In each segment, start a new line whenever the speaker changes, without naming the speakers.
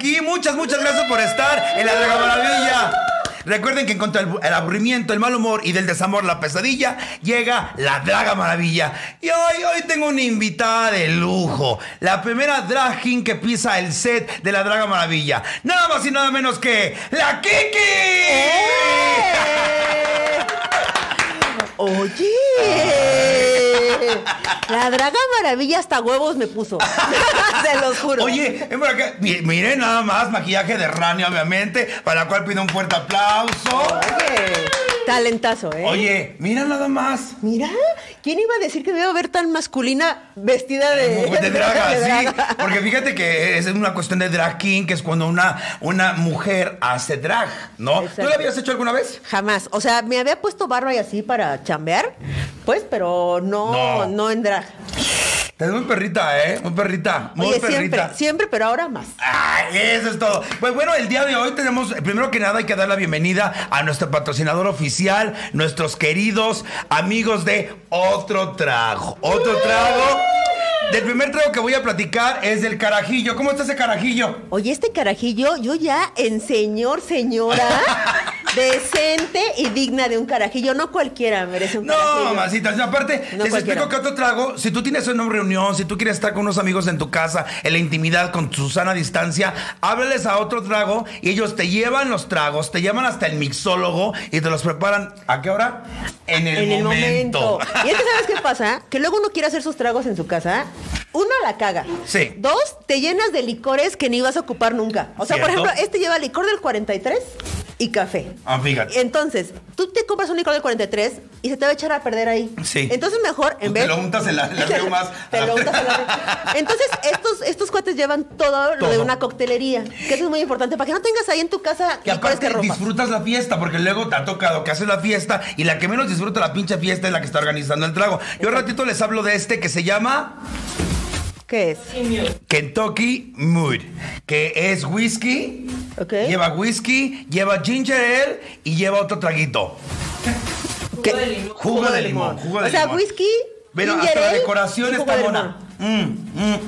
sí, muchas, muchas gracias por estar en la Draga Maravilla. Recuerden que en contra el, el aburrimiento, el mal humor y del desamor, la pesadilla, llega la Draga Maravilla. Y hoy, hoy tengo una invitada de lujo. La primera drag king que pisa el set de la Draga Maravilla. Nada más y nada menos que la Kiki.
¡Eh! Oye. La Draga Maravilla hasta huevos me puso. Se los juro.
Oye, ven por acá. Mi- Miren nada más, maquillaje de Rani, obviamente, para la cual pido un fuerte aplauso.
Oye, Talentazo, ¿eh?
Oye, mira nada más.
Mira, ¿quién iba a decir que me iba a ver tan masculina vestida ¿Eh? de,
Pues de
de
draga, sí.
draga?
Porque fíjate que es una cuestión de drag king, que es cuando una, una mujer hace drag, ¿no? ¿Tú lo
Exacto.
habías hecho alguna vez?
Jamás. O sea, me había puesto barba y así para chambear, pues, pero no,
No.
no, en drag.
Te muy perrita, ¿eh? Muy perrita, muy
Oye,
perrita.
siempre, siempre, pero ahora más.
Ah, eso es todo. Pues bueno, el día de hoy tenemos, eh, primero que nada, hay que dar la bienvenida a nuestro patrocinador oficial, nuestros queridos amigos de Otro Trago. Otro Trago. Del primer trago que voy a platicar es del carajillo. ¿Cómo está ese carajillo?
Oye, este carajillo, yo ya en señor, señora, decente y digna de un carajillo. No cualquiera merece un carajillo.
No, mamacitas. Y Aparte,
No
les
cualquiera.
explico que otro trago, si tú tienes una reunión, si tú quieres estar con unos amigos en tu casa, en la intimidad, con tu sana distancia, háblales a otro trago y ellos te llevan los tragos, te llevan hasta el mixólogo y te los preparan. ¿A qué hora? En el,
en el
momento.
momento. Y es que sabes qué pasa, que luego uno quiere hacer sus tragos en su casa. Uno la caga.
Sí.
Dos, te llenas de licores que ni vas a ocupar nunca. O sea, por
Cierto.
ejemplo, este lleva licor del 43 y café.
Ah, fíjate.
Entonces, tú te compras un licor del 43 y se te va a echar a perder ahí.
Sí.
Entonces, mejor
Pues
en
te
vez.
lo untas en la- en las reumas.
te lo untas en las reumas. Entonces, estos, estos cuates llevan todo, lo de
Todo.
una coctelería. Que eso es muy importante. Para que no tengas ahí en tu casa
Que
licores
aparte
que rompas.
disfrutas la fiesta, porque luego te ha tocado que haces la fiesta y la que menos disfruta la pinche fiesta es la que está organizando el trago. Yo al ratito les hablo de este que se llama
¿Qué es?
Kentucky Mood, que es whisky.
Ok.
Lleva whisky, lleva ginger ale y lleva otro traguito.
¿Qué?
Jugo, de, limón. Jugo de
o sea,
limón.
whisky.
Pero
ginger
hasta la
ale
decoración
y jugo
está
de
buena. Mm,
limón.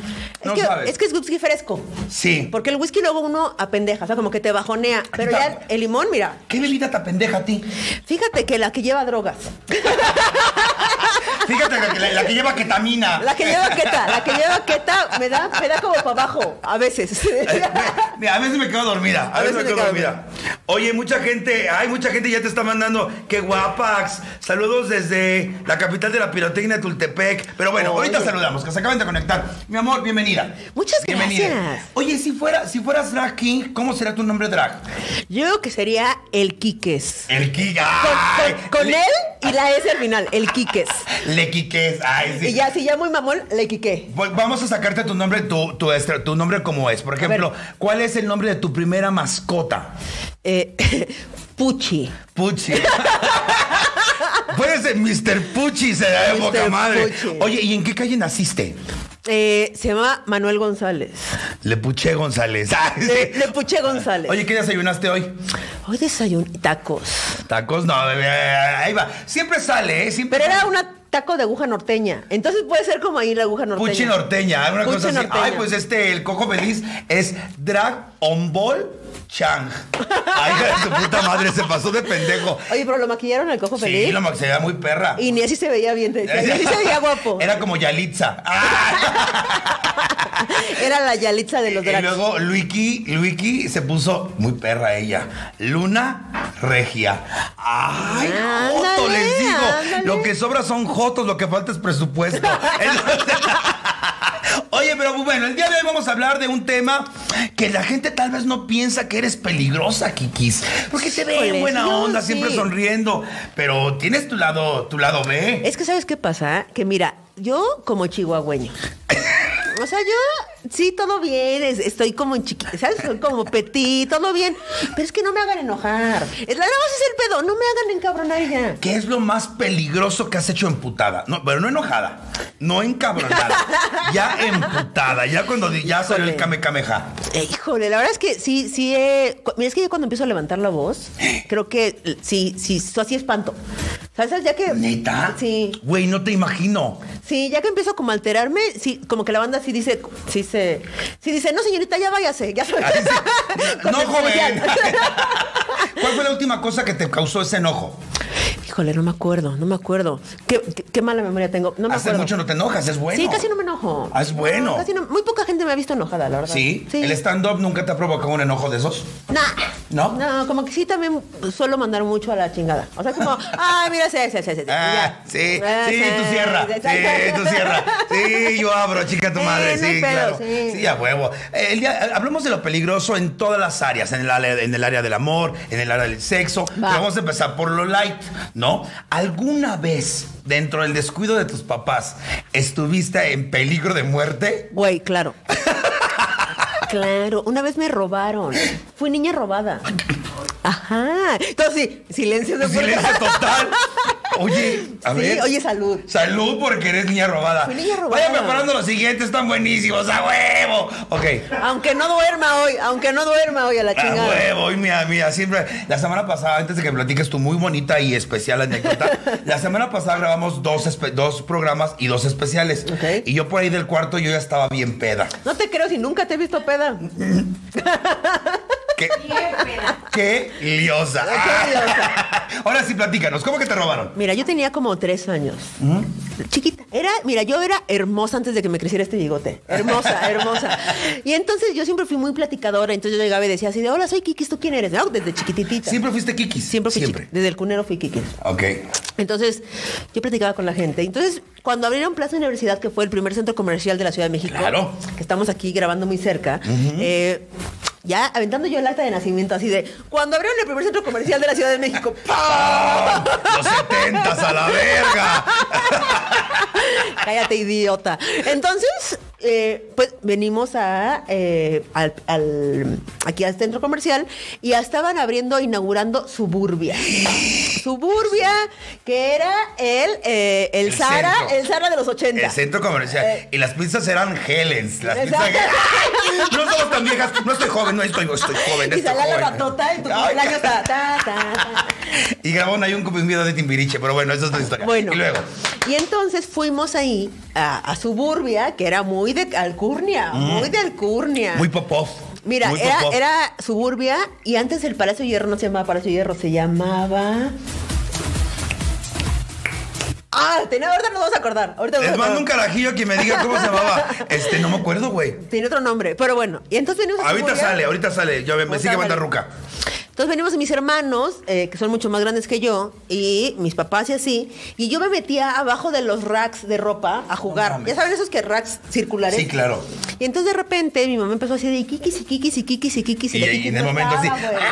no
es que,
sabes.
Es que es whisky fresco.
Sí.
Porque el whisky luego uno apendeja, o sea, como que te bajonea. Pero
está.
ya el limón, mira,
¿Qué bebida te pendeja a ti?
fíjate que la que lleva drogas,
Fíjate la que, la- la que lleva ketamina.
la que lleva queta, la que lleva queta me da, me da como para abajo a veces.
Mira, a veces me quedo dormida. A, veces, me quedo dormida. Oye, mucha gente, ay, mucha gente ya te está mandando. ¡Qué guapax! Saludos desde la capital de la pirotecnia, Tultepec. Pero bueno,
Oye.
ahorita saludamos, que se acaban de conectar. Mi amor, bienvenida.
Muchas gracias.
Oye, si, fuera, si fueras drag king, ¿cómo será tu nombre drag?
Yo creo que sería el Quiques.
El King.
Con,
¡ay!
con- con
Le-
él y la S al final, el Quiques.
Le quiques. Ay, sí.
Y ya, si ya muy mamón, le quiqué.
Voy- Vamos a sacarte tu nombre, tu, tu, este, tu nombre como es. Por ejemplo, ¿cuál es el nombre de tu primera mascota?
Eh, Puchi.
Puchi. Puede ser Mr. Puchi, se da de
Mr.
poca madre.
Puchi.
Oye, ¿y en qué calle naciste?
Eh, se llama Manuel González.
Le Puché González. Ay,
Le,
sí.
le Puché González.
Oye, ¿qué desayunaste hoy?
Hoy desayuno tacos.
Tacos, no, bebé. Ahí va. Siempre sale, ¿eh? Siempre
Pero era
sale.
un taco de aguja norteña. Entonces puede ser como ahí la aguja norteña.
Puchi norteña, alguna
Puchi
cosa así.
norteña.
Ay, pues este, el cojo feliz es Drag on Ball Chang. Ay, hija de su puta madre, se pasó de pendejo.
Oye, pero lo maquillaron al cojo
Sí,
feliz.
la ma- se veía muy perra.
Y ni así se veía bien. te decía. Ni así se veía guapo. Era,
Era como Yalitza. Ah.
la Yalitza de los
Y
drags.
luego Luiki, Luiki se puso muy perra ella. Luna Regia. Ay,
Ándale,
Joto, les digo.
ándale.
Lo que sobra son Jotos, lo que falta es presupuesto. Entonces- Oye, pero bueno, el día de hoy vamos a hablar de un tema que la gente tal vez no piensa que eres peligrosa, Kikis. Porque te ve
Híjole,
buena
yo
onda,
sí.
siempre sonriendo. Pero tienes tu lado, tu lado B.
Es que ¿sabes qué pasa? Que mira, yo como chihuahueño. O sea, yo sí, todo bien, es- estoy como en chiquita, ¿sabes? Soy como petit, todo bien. Pero es que no me hagan enojar. Es la no es el pedo, no me hagan encabronar y ya.
¿Qué es lo más peligroso que has hecho emputada? No, pero no enojada, no encabronada, ya emputada, ya cuando di- ya salió el
Híjole.
kamehameha.
Eh, Híjole, la verdad es que sí, sí. eh, cu- mira, es que yo cuando empiezo a levantar la voz, creo que eh, sí, sí, so- así espanto. ¿Sabes? Ya que.
¿Neta?
Sí.
Güey, no te imagino.
Sí, ya que empiezo como a alterarme, sí, como que la banda sí dice, sí se, sí dice, no señorita, ya váyase, ya se
Así
Con
se- Ah, No,
el
joven.
comercial.
¿Cuál fue la última cosa que te causó ese enojo?
Híjole, no me acuerdo, no me acuerdo. Qué, qué- qué mala memoria tengo, no me
Hace
acuerdo.
mucho no te enojas, es bueno.
Sí, casi no me enojo.
Ah, es bueno.
No, casi no- muy poca gente me ha visto enojada, la verdad.
¿Sí? ¿El stand-up nunca te ha provocado un enojo de esos?
Nah.
¿No?
No, como que sí también suelo mandar mucho a la chingada. O sea, como, ay, mira, sí, sí, sí, sí.
Ah,
ya.
sí,
Ah,
sí, tú cierra. Sí, tú cierra. Sí, yo abro, chica tu
Sí,
madre.
no hay
Sí,
pedo,
claro.
sí.
Sí, a huevo. Eh, el día- hablamos de lo peligroso en todas las áreas, en el, área- en el área del amor, en el área del sexo. Pero vamos a empezar por lo light, ¿no? ¿Alguna vez dentro del descuido de tus papás estuviste en peligro de muerte?
Güey, claro. Claro, una vez me robaron. Fui niña robada. Ajá. Entonces, sí, silencio de
Silencio total. Oye, a
Sí,
ver.
oye, salud.
Salud porque eres niña robada.
Fui niña robada.
Vaya preparando los siguientes, están buenísimos, a huevo. Ok.
Aunque no duerma hoy, aunque no duerma hoy a la
A
chingada.
Ah, huevo, y mira, mira, siempre. La semana pasada, antes de que platiques tu muy bonita y especial anécdota, la semana pasada grabamos dos, espe- dos programas y dos especiales.
Ok.
Y yo por ahí del cuarto, yo ya estaba bien peda.
No te creo si nunca te he visto peda.
¡Qué, qué liosa!
Qué liosa.
Ahora sí, platícanos, ¿cómo que te robaron?
Mira, yo tenía como tres años. Chiquita. Era, mira, yo era hermosa antes de que me creciera este bigote. Hermosa, hermosa. Y entonces yo siempre fui muy platicadora. Entonces yo llegaba y decía así de, hola, soy Kikis, ¿tú quién eres? ¿No? Desde chiquititita.
¿Siempre fuiste Kikis?
Siempre fui
Siempre.
chiqui- Desde el cunero fui Kikis.
Ok.
Entonces, yo platicaba con la gente. Entonces, cuando abrieron Plaza Universidad, que fue el primer centro comercial de la Ciudad de México,
Claro.
que estamos aquí grabando muy cerca, eh, ya aventando yo el acta de nacimiento, así de, cuando abrieron el primer centro comercial de la Ciudad de México, ¡pam!
¡Ah! Los setentas a la verga.
Cállate, idiota. Entonces, eh, pues venimos a, eh, al, al- aquí al centro comercial y ya estaban abriendo, inaugurando Suburbia. Suburbia, que era el, eh, el,
El
Zara,
centro.
el Zara de los 80.
El centro comercial.
Eh.
y las pizzas eran Helens. Las pizzas
Exacto.
Hellens. No somos tan viejas. No estoy joven, no estoy, estoy joven.
y
estoy
salía la
este joven.
ratota y tu
Ay.
cumpleaños. ta, ta, ta, ta.
Y grabó un, hay un video de Timbiriche, pero bueno, eso es otra historia.
Bueno.
Y luego.
Y entonces fuimos ahí a, a Suburbia, que era muy de alcurnia, muy de alcurnia.
Mm. Muy pop-off.
Mira,
Muy
era,
pop-off.
era suburbia y antes el Palacio Hierro no se llamaba Palacio Hierro, se llamaba. Ah, tenía, ahorita nos vamos a acordar. Ahorita nos
Les
vamos a
mando un
acordar.
carajillo que me diga cómo se llamaba. Este, no me acuerdo, güey.
Tiene otro nombre, pero bueno. Y entonces venimos a
Ahorita
Suburbia.
sale, ahorita sale. Yo me
Ahorita
sigue banda
sale.
ruca.
Entonces venimos mis hermanos, eh, que son mucho más grandes que yo, y mis papás y así. Y yo me metía abajo de los racks de ropa a jugar.
mames.
ya saben esos que racks circulares.
Sí, claro.
Y entonces de repente mi mamá empezó así de kikis y kikis y kikis y kikis.
Y-
la
y
Kiki
en
no
el momento
estaba,
así,
güey.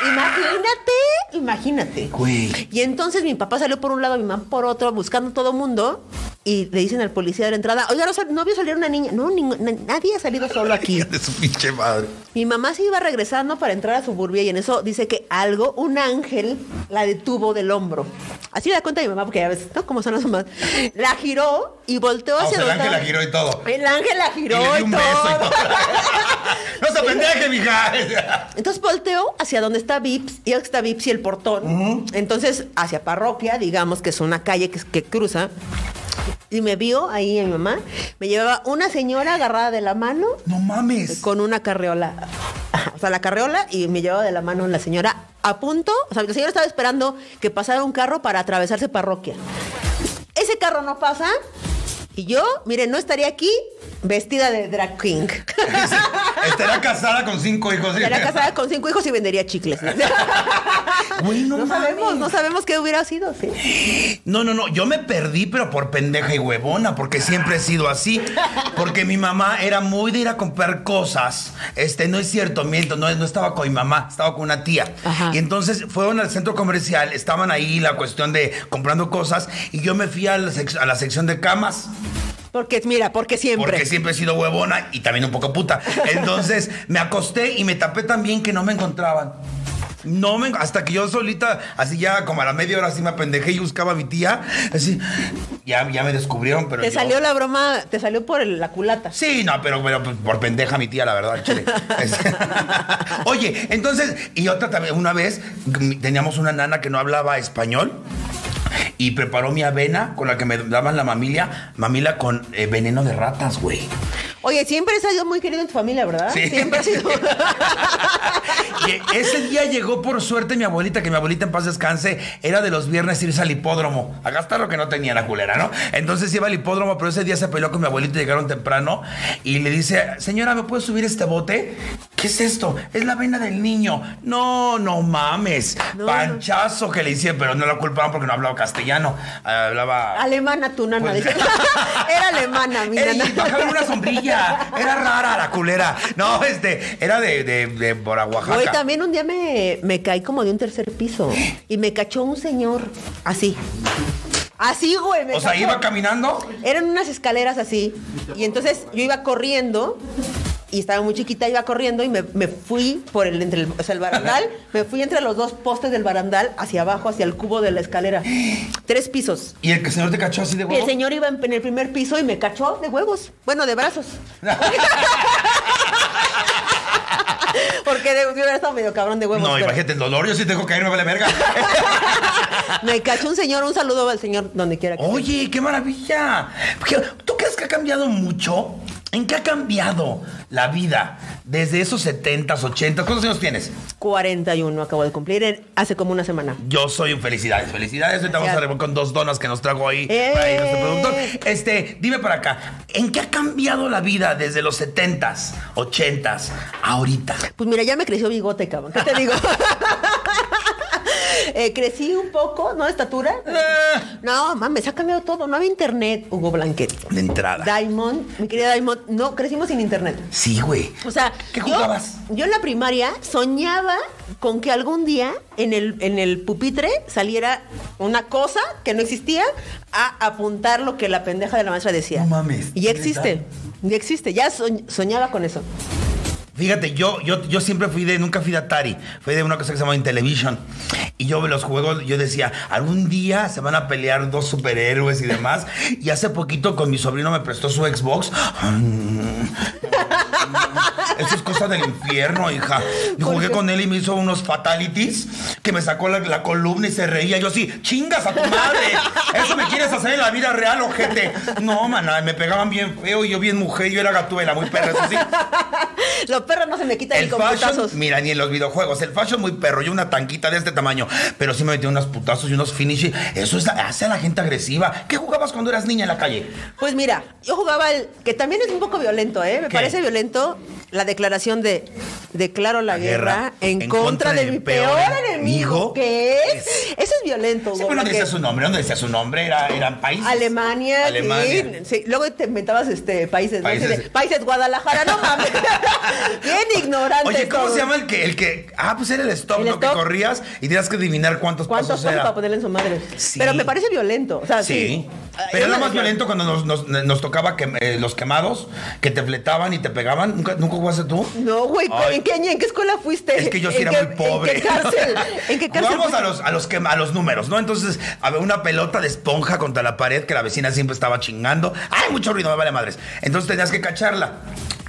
Imagínate, imagínate.
Güey.
Y entonces mi papá salió por un lado, mi mamá por otro, buscando todo mundo. Y le dicen al policía de la entrada, oiga, no, sal- no vio salir una niña. No, ning- na- nadie ha salido solo aquí.
Hija de su pinche madre.
Mi mamá se iba regresando para entrar a suburbia y en eso dice que algo, un ángel, la detuvo del hombro. Así me da cuenta mi mamá, porque ya ves, ¿no? Cómo son las mamás. La giró y volteó
Ah, o
hacia
sea, el
donde
ángel
estaba-
la giró y todo.
El ángel la
Y
giró
le
y,
di un
todo.
beso y todo. no se pendeje, mija.
Entonces volteó hacia donde está Vips, y ahora que está Vips y el portón. Entonces, hacia Parroquia, digamos que es una calle que, que cruza. Y me vio ahí a mi mamá. Me llevaba una señora agarrada de la mano
No mames.
con una carreola. Ajá, O sea, la carreola y me llevaba de la mano la señora a punto. O sea, la señora estaba esperando que pasara un carro para atravesarse Parroquia. Ese carro no pasa. Y yo, miren, no estaría aquí vestida de drag king.
Estará casada con cinco hijos.
Estaría casada con cinco hijos y vendería chicles.
Güey, no,
No
mames.
sabemos, no sabemos qué hubiera sido, sí.
No, no, no, yo me perdí, pero por pendeja y huevona, porque siempre he sido así. Porque mi mamá era muy de ir a comprar cosas. Este, no es cierto, miento, no, no estaba con mi mamá, estaba con una tía.
Ajá.
Y entonces fueron al centro comercial, estaban ahí la cuestión de comprando cosas, y yo me fui a la, sec- a la sección de camas.
Porque, mira, porque siempre.
Porque siempre he sido huevona y también un poco puta. Entonces me acosté y me tapé tan bien que no me encontraban. No me, hasta que yo solita, así ya como a la media hora, así me apendejé y buscaba a mi tía. Así, ya, ya me descubrieron, pero.
Te
yo-
salió la broma, te salió por el- la culata.
Sí, no, pero, pero pues, por pendeja mi tía, la verdad, al chile. Es- Oye, entonces, y otra también, una vez mm, teníamos una nana que no hablaba español. y preparó mi avena con la que me daban la mamila, mamila con eh, veneno de ratas, güey.
Oye, siempre has sido muy querido en tu familia, ¿verdad?
Sí.
Siempre has sido.
Y ese día llegó por suerte mi abuelita, que mi abuelita en paz descanse, era de los viernes irse al hipódromo, a gastar lo que no tenía la culera, ¿no? Entonces iba al hipódromo, pero ese día se peleó con mi abuelita, llegaron temprano y le dice, señora, ¿me puedes subir este bote? ¿Qué es esto? Es la vena del niño. No, no mames.
No.
Panchazo que le hicieron, pero no la culpaban porque no hablaba castellano. Hablaba...
alemana tu nana.
Pues-
dice. Era alemana, mi
Ey,
nana.
bájame una sombrilla. Era rara la culera. No, este, era de, de, de por Oaxaca.
Güey, también un día me, me caí como de un tercer piso y me cachó un señor así. Así, güey. me
O sea,
cachó.
iba caminando.
Eran unas escaleras así. Y entonces yo iba corriendo. Y estaba muy chiquita, iba corriendo y me, me fui por el, entre el, o sea, el barandal, me fui entre los dos postes del barandal hacia abajo, hacia el cubo de la escalera. Tres pisos.
Y el que señor te cachó así de
Y el
huevo.
señor iba en, en el primer piso y me cachó de huevos. Bueno, de brazos. Porque de, yo hubiera estado medio cabrón de huevos.
No,
pero-
imagínate el dolor, yo sí tengo que irme a la verga.
Me cachó un señor, un saludo al señor donde quiera que esté.
Oye, qué maravilla. Porque, ¿Tú crees que ha cambiado mucho? ¿En qué ha cambiado la vida desde esos 70s, 80s? ¿Cuántos años tienes?
41 acabo de cumplir en- hace como una semana.
Yo soy un felicidades, felicidades. Ahorita vamos a
Gracias.
revolver con dos donas que nos trajo ahí,
¡Eh!
para ahí nuestro productor. Este, dime para acá, ¿en qué ha cambiado la vida desde los 70s, 80s, ahorita?
Pues mira, ya me creció bigote, cabrón. ¿Qué te digo? Eh, crecí un poco, ¿no? Estatura.
Eh.
No, mames, ha cambiado todo. No había internet, Hugo Blanquet.
De entrada.
Diamond, mi querida Diamond, no, crecimos sin internet.
Sí, güey.
O sea,
¿Qué
yo-
jugabas?
Yo, en la primaria soñaba con que algún día en el, en el pupitre saliera una cosa que no existía a apuntar lo que la pendeja de la maestra decía.
No mames,
Y ya existe.
¿neta?
Ya existe. Ya soñ- soñaba con eso.
Fíjate, yo, yo, yo siempre fui de, nunca fui de Atari, fui de una cosa que se llama Intellivision. Y yo los juegos, yo decía, algún día se van a pelear dos superhéroes y demás. Y hace poquito con mi sobrino me prestó su Xbox. Eso es cosa del infierno, hija. Y
¿Por
jugué
qué?
con él y me hizo unos fatalities que me sacó la, la columna y se reía. Yo así, chingas a tu madre. Eso me quieres hacer en la vida real, ojete. No, maná, me pegaban bien feo y yo bien mujer, yo era gatuela, muy perra, eso sí.
Los perros no se me quitan ni
El
con
fashion,
putazos.
mira, ni en los videojuegos. El fashion muy perro. Yo una tanquita de este tamaño. Pero sí me metí unos putazos y unos finishes. Eso es- hace a la gente agresiva. ¿Qué jugabas cuando eras niña en la calle?
Pues mira, yo jugaba el. que también es un poco violento, ¿eh? Me
¿Qué?
parece violento la declaración de. Declaro la,
La
guerra, en, contra, de, mi peor enemigo. ¿Qué es? Eso es violento,
Siempre
Hugo,
no decía
porque-
su nombre. No decía su nombre. Era, eran países.
Alemania, sí,
Alemania.
sí. Luego te inventabas este países, ¿no? Así de,
Países.
países, Guadalajara, no mames. Bien ignorante.
Oye, ¿cómo
todo.
se llama el que, el que. Ah, pues era el stop,
El
¿no? Que
stop.
corrías y tenías que adivinar cuántos,
¿Cuántos
pasos
son
era.
para ponerle en su madre?
Sí.
Pero me parece violento. O sea,
Sí.
sí.
Pero
Es
era
una
más
declaración.
violento cuando nos, nos- nos tocaba que, eh, los quemados, que te fletaban y te pegaban. ¿Nunca, nunca jugaste tú?
No, güey,
Ay.
¿en qué año, en qué escuela fuiste?
Es que yo sí
¿En
era
qué-
muy pobre.
¿En qué cárcel? ¿En qué cárcel?
Vamos
fuiste?
a los, a, los que, a los números, ¿no? Entonces, había una pelota de esponja contra la pared que la vecina siempre estaba chingando. ¡Ay, mucho ruido! Me vale madres. Entonces tenías que cacharla.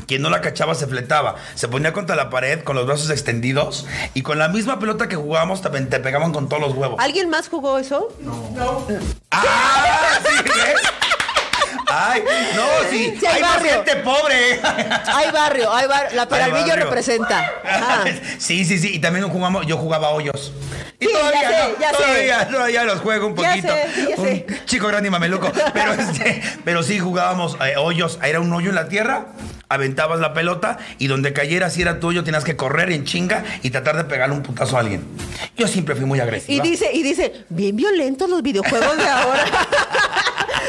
Quien no la cachaba se fletaba. Se ponía contra la pared con los brazos extendidos y con la misma pelota que jugábamos te, te pegaban con todos los huevos.
¿Alguien más jugó eso?
¡Ah! ¿sí ves? ¡Ay! No, sí.
Sí, hay
hay más
barrio.
gente pobre.
Hay barrio, hay barrio. La Peralvillo
barrio.
representa. Ah. Ajá.
Sí, sí, sí. Y también jugamos, yo jugaba hoyos. Y
Sí, ya
todavía,
sé,
¿no?
ya sé.
todavía, todavía los juego un
Ya
poquito.
sé, ya
Un
sé.
Chico grande y mameluco. Pero, este, pero sí jugábamos eh, hoyos. Era un hoyo en la tierra, aventabas la pelota y donde cayera, si era tuyo, tenías que correr en chinga y tratar de pegarle un putazo a alguien. Yo siempre fui muy
Y
agresiva.
dice, y dice, bien violentos los videojuegos de ahora.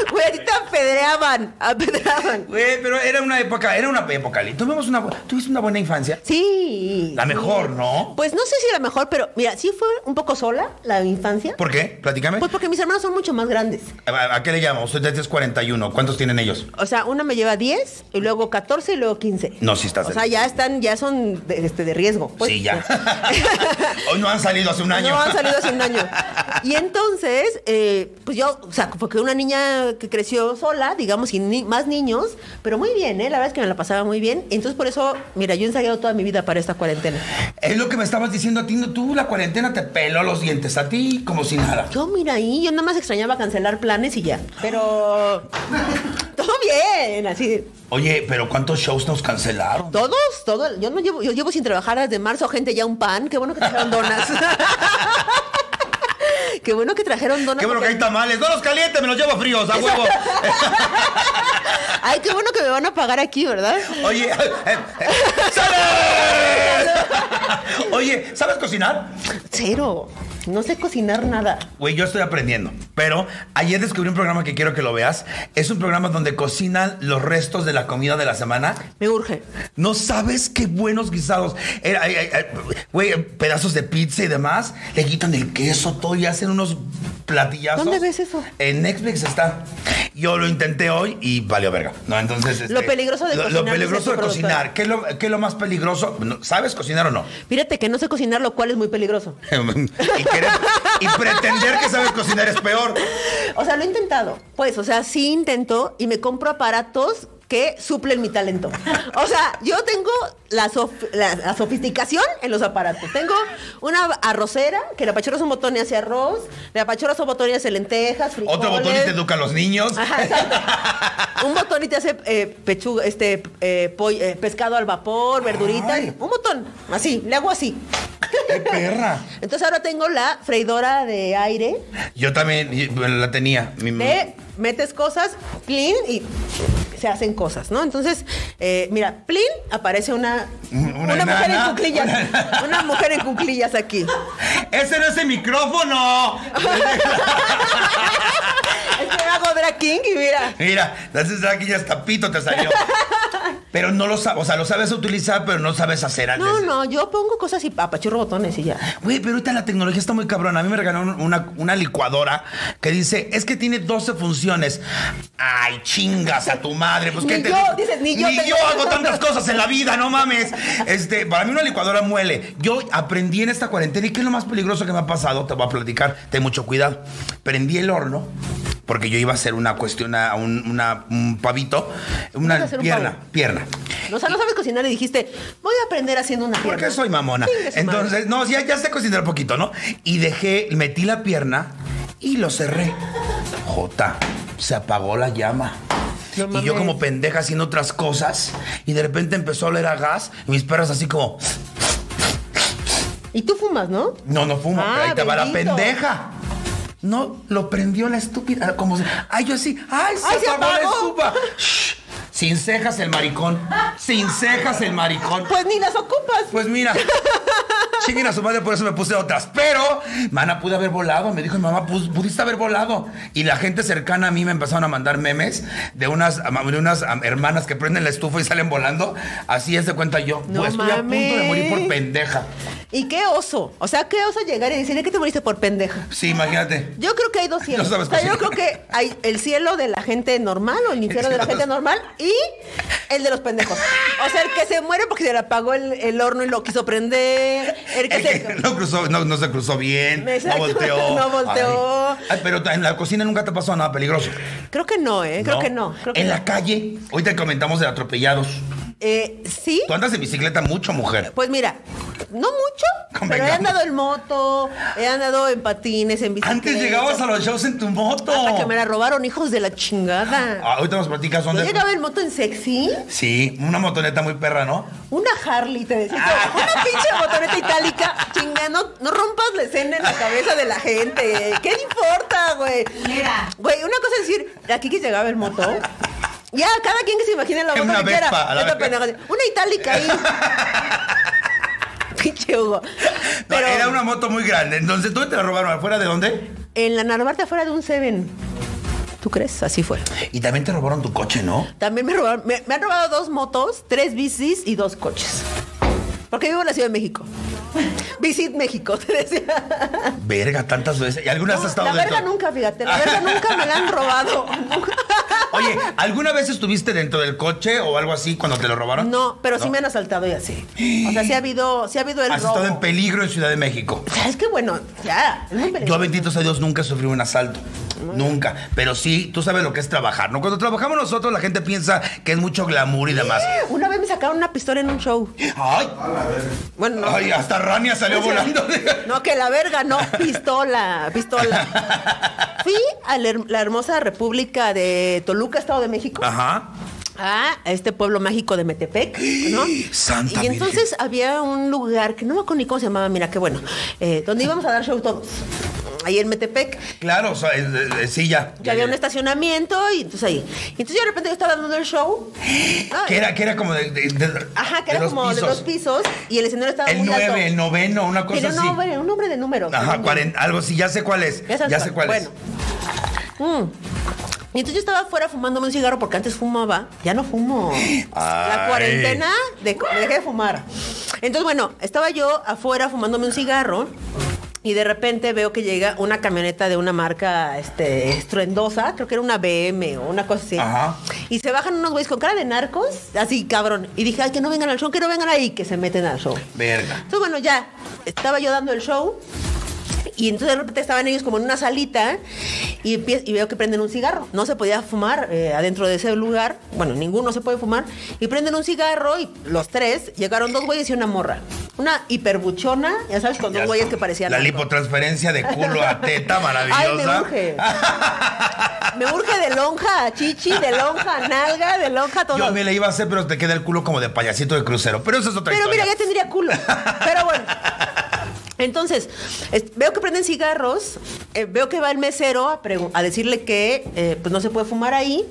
Güey, a ti te apedreaban, apedreaban.
Güey, pero era una época, era una época. Lili. Tuvimos una, bu- tuviste una buena infancia.
Sí.
La mejor, ¿no?
Pues no sé si la mejor, pero mira, sí fue un poco sola la infancia.
¿Por qué? Platícame.
Pues porque mis hermanos son mucho más grandes.
¿A a qué le llamo? Usted es 41. ¿Cuántos tienen ellos?
O sea, una me lleva 10, y luego 14 y luego 15.
No, sí estás
O sea,
en-
ya están, ya son de, este, de riesgo. pues.
sí, ya. Hoy no han salido hace un año.
No han salido hace un año. Y entonces, eh, pues yo, o sea, porque una niña que creció sola, digamos, sin ni- más niños, pero muy bien, ¿eh? La verdad es que me la pasaba muy bien. Entonces, por eso, mira, yo he ensayado toda mi vida para esta cuarentena.
Es lo que me estabas diciendo a ti. no, Tú, la cuarentena te peló los dientes a ti como si nada.
Yo, mira ahí, yo nada más extrañaba cancelar planes y ya. Pero. todo bien, así.
Oye, pero ¿cuántos shows nos cancelaron?
Todos, todo. Yo no llevo, yo llevo sin trabajar desde marzo, gente, ya un pan. Qué bueno que trajeron donas. Qué bueno que trajeron donas.
Qué bueno que
porque-
hay tamales. No los calientes, me los llevo fríos, a huevo. Eh,
Ay, qué bueno que me van a pagar aquí, ¿verdad?
Oye, eh, eh, ¡sale! Oye, ¿sabes cocinar?
Cero. No sé cocinar nada.
Güey, yo estoy aprendiendo. Pero ayer descubrí un programa que quiero que lo veas. Es un programa donde cocinan los restos de la comida de la semana.
Me urge.
No sabes qué buenos guisados. Eh, ay, ay, ay, Güey, pedazos de pizza y demás. Le quitan el queso, todo y hacen unos platillazos.
¿Dónde ves eso?
En Netflix está. Yo lo intenté hoy y valió verga. No, entonces. este,
Lo peligroso de
lo-
cocinar,
Lo
dice
peligroso
tu
de cocinar. ¿Qué es lo, qué es lo más peligroso? No, ¿Sabes cocinar o no?
Fíjate que no sé cocinar, lo cual es muy peligroso.
y, querer- y pretender que sabes cocinar es peor.
O sea, lo he intentado. Pues, o sea, sí intento y me compro aparatos que suplen mi talento. O sea, yo tengo la, sof- la- la sofisticación en los aparatos. Tengo una arrocera, que le apachuras un botón y hace arroz, le apachuras un botón y hace lentejas, frijoles.
Otro botón y te educa a los niños.
Ajá, exacto. un botón y te hace eh, pechuga, este, eh, pollo- eh, pescado al vapor, verdurita.
Ay.
Un botón, así, le hago así.
¡Qué perra!
Entonces ahora tengo la freidora de aire,
Yo también y- bueno, la tenía. Mi mamá.
le metes cosas, plin, y se hacen cosas, ¿no? Entonces, eh, mira, plin, aparece una,
Una
mujer en
enana.
cuclillas. Una... mujer en cuclillas aquí.
¡Ese no es el micrófono!
Es que hago drag king y mira.
Mira, entonces aquí ya hasta pito te salió. Pero no lo sabes, o sea, lo sabes utilizar, pero no sabes hacer antes.
No, no, yo pongo cosas y apachurro botones y ya.
Güey, pero ahorita la tecnología está muy cabrona. A mí me regalaron una, una licuadora que dice, es que tiene 12 funciones. Ay, chingas a tu madre. Pues, ¿qué
Ni
te
yo,
digo?
dices, ni yo tengo
hago
eso.
tantas cosas en la vida, no mames. Este, para mí una licuadora muele. Yo aprendí en esta cuarentena, ¿y qué es lo más peligroso que me ha pasado? Te voy a platicar, ten mucho cuidado. Prendí el horno. Porque yo iba a hacer una cuestión, una, un, una- un pavito,
Ibas a
una
hacer un
pierna,
pavo.
pierna.
O sea, no sabes cocinar y dijiste, voy a aprender haciendo una pierna.
Porque soy mamona.
Chingue su madre.
Entonces, no, sí, ya, ya sé cocinar poquito, ¿no? Y dejé, metí la pierna y lo cerré. Jota, se apagó la llama.
No
y yo
mames.
como pendeja haciendo otras cosas y de repente empezó a oler a gas y mis perras así como,
Y tú fumas, ¿no?
no, no fumo,
Ah,
pero ahí te va la
bendito.
pendeja. No, lo prendió la estúpida, como, si- ay, yo así, ay, se,
Ay, se
apagó, la
apagó.
estufa. Shh, Sin cejas el maricón, sin cejas el maricón.
Pues ni las ocupas.
Pues mira, chinguen a su madre, por eso me puse otras. Pero, mana, pude haber volado. Me dijo mi mamá, "Pus- pudiste haber volado. Y la gente cercana a mí me empezaron a mandar memes de unas, de unas am, hermanas que prenden la estufa y salen volando. Así es de cuenta yo.
No
pues, estoy a punto de morir por
mames.
pendeja.
Y qué oso. O sea, qué oso llegar y decirle que te moriste por pendeja.
Sí, imagínate.
Yo creo que hay dos cielos.
No sabes
o sea, yo creo
cocinar.
que hay el cielo de la gente normal o el infierno de la gente normal y el de los pendejos. O sea, el que se muere porque se le apagó el, el horno y lo quiso prender. El que
Es
se-
que no, cruzó, no, no se cruzó bien,
Exacto,
no volteó.
no volteó.
Ay. Ay, pero en la cocina nunca te pasó nada peligroso.
Creo que no, ¿eh? Creo que no. Creo que
en
no.
la calle, hoy te comentamos de atropellados.
Eh, sí.
Tú andas en bicicleta mucho, mujer.
Pues mira, no mucho, pero he
Convengamos.
andado en moto, he andado en patines, en bicicleta.
Antes llegabas a los shows en tu moto.
Hasta Ah, que me la robaron, hijos de la chingada.
Ah, ahorita nos platicas
Yo
dónde.
llegaba en moto en sexy,
Sí, una motoneta muy perra, ¿no?
una Harley, te decía,
Ah.
yo, una pinche motoneta itálica, chinga, no, no rompas la escena en la cabeza de la gente, ¿qué le importa, güey?
Mira.
Güey, una cosa es decir, aquí que llegaba en moto, ya, cada quien que se imagine la
En
moto
una
que quiera,
Vespa, a la
Esta
Vespa.
pendeja, una itálica ahí. pinche Hugo.
No,
Pero
Era una moto muy grande. Entonces, ¿dónde te la robaron? ¿Afuera de dónde?
en la Narvarte afuera de un Seven, ¿tú crees? Así fue.
Y también te robaron tu coche, ¿no?
También me robaron, me, me han robado dos motos, tres bicis y dos coches. Porque vivo en la Ciudad de México. Visit México, te decía.
Verga, tantas veces. ¿Y algunas has
No,
estado
la
dentro?
verga nunca, fíjate, la verga nunca me la han robado.
Oye, ¿alguna vez estuviste dentro del coche o algo así cuando te lo robaron?
No, pero sí me han asaltado y así. O sea, sí ha habido, sí ha habido el
Has
robo.
estado en peligro en Ciudad de México.
O sea, es que bueno, ya. es un peligro.
Yo, bendito sea Dios, nunca sufrí un asalto. Nunca. Pero sí, tú sabes lo que es trabajar, ¿no? Cuando trabajamos nosotros, la gente piensa que es mucho glamour y demás.
Una vez me sacaron una pistola en un show.
¡Ay!
Bueno, no.
¡Ay! Hasta Rania salió volando.
No, que la verga, no, pistola, pistola. Fui a la her- la hermosa República de Toluca, Estado de México,
Ajá.
a este pueblo mágico de Metepec, ¿no?
Ah. Santa
y
Virgen.
entonces había un lugar que no me acuerdo ni cómo se llamaba, mira qué bueno, eh, donde íbamos a dar show todos, ahí en Metepec.
Claro, o sea, eh, eh, sí, ya.
Ya había un estacionamiento y entonces ahí. Y entonces yo de repente yo estaba dando el show. Ah,
Que era, que era como de, de- de-
Ajá, que
de
era
dos
como de
pisos.
dos pisos y el escenario estaba
El
muy alto.
9, el noveno, una cosa
Tenía un
así.
nombre, un nombre de números.
Ajá,
¿no?
40, algo así, ya sé cuál es. Ya,
Ya sabes
sé
cuál.
cuál
Bueno. Mm. Y entonces yo estaba afuera fumándome un cigarro porque antes fumaba. Ya no fumo. La
Ay.
cuarentena de, me dejé de fumar. Entonces, bueno, estaba yo afuera fumándome un cigarro. Y de repente veo que llega una camioneta de una marca este, estruendosa, creo que era una BM o una cosa así.
Ajá.
Y se bajan unos güeyes con cara de narcos, así cabrón. Y dije, ay, que no vengan al show, que no vengan ahí, que se meten al show.
es. Verga.
Entonces, bueno, ya estaba yo dando el show. Y entonces de repente estaban ellos como en una salita y, empie- y veo que prenden un cigarro. No se podía fumar eh, adentro de ese lugar. Bueno, ninguno se puede fumar. Y prenden un cigarro y los tres llegaron dos güeyes y una morra. Una hiperbuchona, ya sabes, con dos
Ya-
güeyes que parecían.
La
narcos.
lipotransferencia de culo a teta maravillosa.
Ay, me urge. Me urge de lonja a chichi, de lonja a nalga, de lonja a todo.
Yo me la iba a hacer, pero te queda el culo como de payasito de crucero. Pero eso es otra
Pero
historia.
mira, ya tendría culo. Pero bueno. Entonces, es- veo que prenden cigarros, eh, veo que va el mesero a, pregu- a decirle que eh, pues no se puede fumar ahí.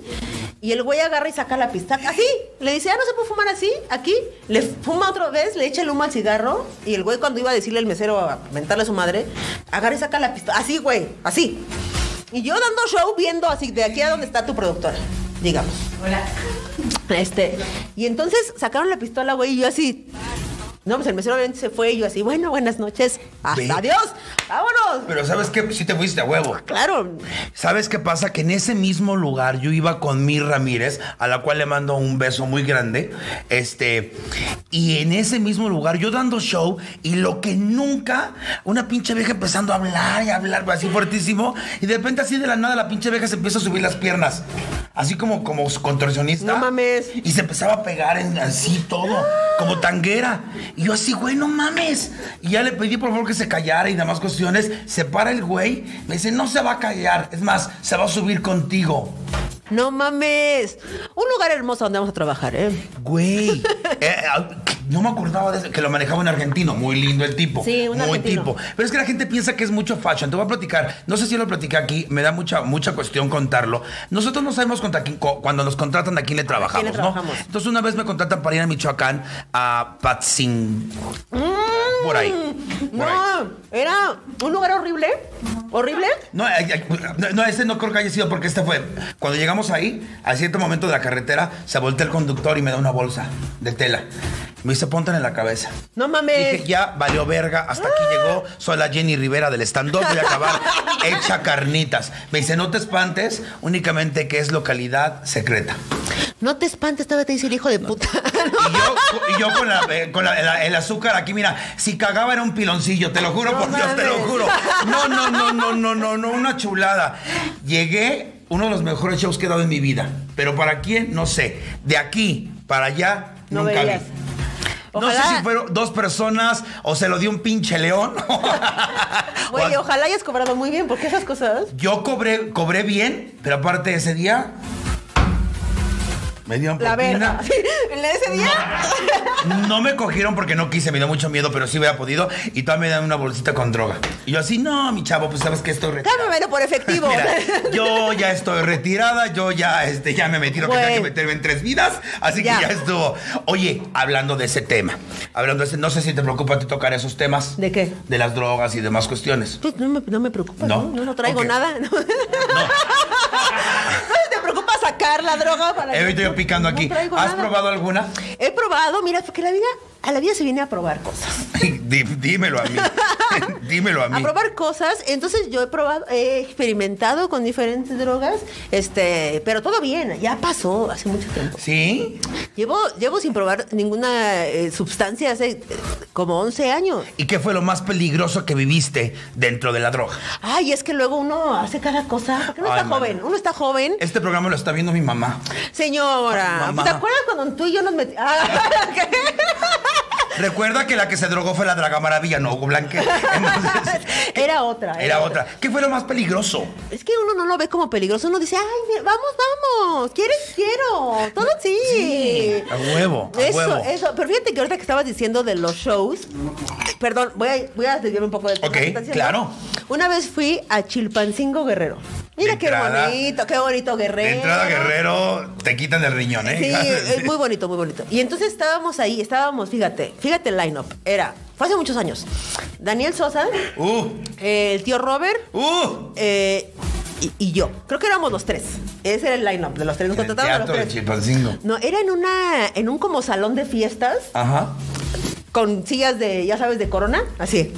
Y el güey agarra y saca la pistaca. Así. Le dice, ah, no se puede fumar así, aquí. Le fuma otra vez, le echa el humo al cigarro. Y el güey, cuando iba a decirle al mesero a mentarle a su madre, agarra y saca la pistaca. Así, güey, así. Y yo dando show viendo así, de aquí a donde está tu productora, digamos. Este, y entonces sacaron la pistola, güey, y yo así. No, pues el mesero obviamente se fue y yo así, bueno, buenas noches. Hasta
Ve.
adiós. Vámonos.
Pero ¿sabes qué? Sí te fuiste a huevo.
Claro.
¿Sabes qué pasa? Que en ese mismo lugar yo iba con mi Ramírez, a la cual le mando un beso muy grande. Este, y en ese mismo lugar yo dando show y lo que nunca, una pinche vieja empezando a hablar y a hablar así fuertísimo. Y de repente así de la nada la pinche vieja se empieza a subir las piernas. Así como, como contorsionista.
No mames.
Y se empezaba a pegar en así todo, como tanguera. Y yo así, güey, no mames. Y ya le pedí por favor que se callara y demás cuestiones. Se para el güey, me dice, no se va a callar. Es más, se va a subir contigo.
No mames. Un lugar hermoso donde vamos a trabajar, ¿eh?
Güey, eh, ah, no me acordaba de eso, que lo manejaba un argentino, muy lindo el tipo.
Sí, un
Muy
argentino.
tipo. Pero es que la gente piensa que es mucho fashion. Te voy a platicar, no sé si lo platiqué aquí, me da mucha mucha cuestión contarlo. Nosotros no sabemos contra quién, co- cuando nos contratan a quién le trabajamos,
quién le
¿no?
trabajamos.
Entonces una vez me contratan para ir a Michoacán a Patzin. Por ahí. por
Mm, No,
ahí.
era un lugar horrible. Horrible.
No, ay, ay, no, no, este no creo que haya sido porque este fue. Cuando llegamos ahí, a cierto momento de la carretera, se voltea el conductor y me da una bolsa de tela. Me dice, ponte en la cabeza.
No mames.
Dije, ya valió verga, hasta aquí
Ah.
llegó. Soy la Jenny Rivera del stand-up, voy a acabar hecha carnitas. Me dice, no te espantes, únicamente que es localidad secreta.
No te espantes, todavía te dice el hijo de puta.
Y yo, y yo con, la- eh, con la- la- el azúcar aquí, mira, si cagaba era un piloncillo, te lo juro
No
por Dios, te lo
mames.
juro. No, no, no, no, no, no, no, una chulada. Llegué, uno de los mejores shows que he dado en mi vida. Pero para quién, no sé. De aquí para allá,
No
nunca vi.
veías.
No sé
Ojalá-
si fueron dos personas o se lo dio un pinche león.
Güey,
O-
ojalá hayas cobrado muy bien, porque esas cosas.
yo cobré, cobré bien, pero aparte ese día me dieron
La
propina.
verga. En ese día.
No me cogieron porque no quise, me dio mucho miedo, pero sí hubiera podido. Y todavía me dan una bolsita con droga. Y yo así, no, mi chavo, pues sabes que estoy retirada.
Cámbiamelo por efectivo.
Mira, yo ya estoy retirada, yo ya, este, ya me metí lo que
Güey.
tenía que meterme en tres vidas, así
Ya.
que ya estuvo. Oye, hablando de ese tema, hablando de ese, no sé si te preocupa te tocar esos temas.
¿De qué?
De las drogas y demás cuestiones.
Pues no me, no me preocupa,
No.
¿no? No, no traigo
Ok.
nada. No. te preocupa sacar la droga para.
He visto yo picando
No
aquí.
traigo
¿Has
nada.
probado alguna?
He probado, mira, porque la vida, a la vida se viene a probar cosas.
Dí- Dímelo a mí. Dímelo a mí.
a probar cosas. Entonces yo he probado, he experimentado con diferentes drogas, este, pero todo bien, ya pasó hace mucho tiempo.
¿Sí?
Llevo, llevo sin probar ninguna eh, sustancia hace eh, como 11 años.
¿Y qué fue lo más peligroso que viviste dentro de la droga?
Ay, es que luego uno hace cada cosa. Porque uno
Ay,
está
mana.
joven, uno está joven.
Este programa lo está viendo mi mamá.
Señora,
Mamá.
¿te acuerdas cuando tú y yo nos Ah, metimos?
Recuerda que la que se drogó fue la Draga Maravilla, no Hugo Blanque. Entonces,
era otra.
era otra. ¿Qué fue lo más peligroso?
Es que uno no lo ve como peligroso, uno dice, ay, mira, vamos, vamos, quieres, quiero, todo sí.
A huevo, a
Eso,
huevo.
eso. Pero fíjate que ahorita que estabas diciendo de los shows, perdón, voy a, voy a desviarme un poco del tema
Ok,
que estás diciendo.
claro.
Una vez fui a Chilpancingo Guerrero. Mira
De
qué
entrada-
bonito, qué bonito Guerrero.
De entrada, Guerrero, te quitan el riñón, ¿eh?
Sí, es muy bonito, muy bonito. Y entonces estábamos ahí, estábamos, fíjate, fíjate el line-up. Era, fue hace muchos años. Daniel Sosa,
¡Uh!
eh, el tío Robert,
¡Uh!
eh, y, y yo. Creo que éramos los tres. Ese era el line-up de los tres. Nos
En el
contrataban a
teatro
los
de
tres.
Chilpancingo.
No, era en una, en un como salón de fiestas
Ajá.
con sillas de, ya sabes, de corona, así.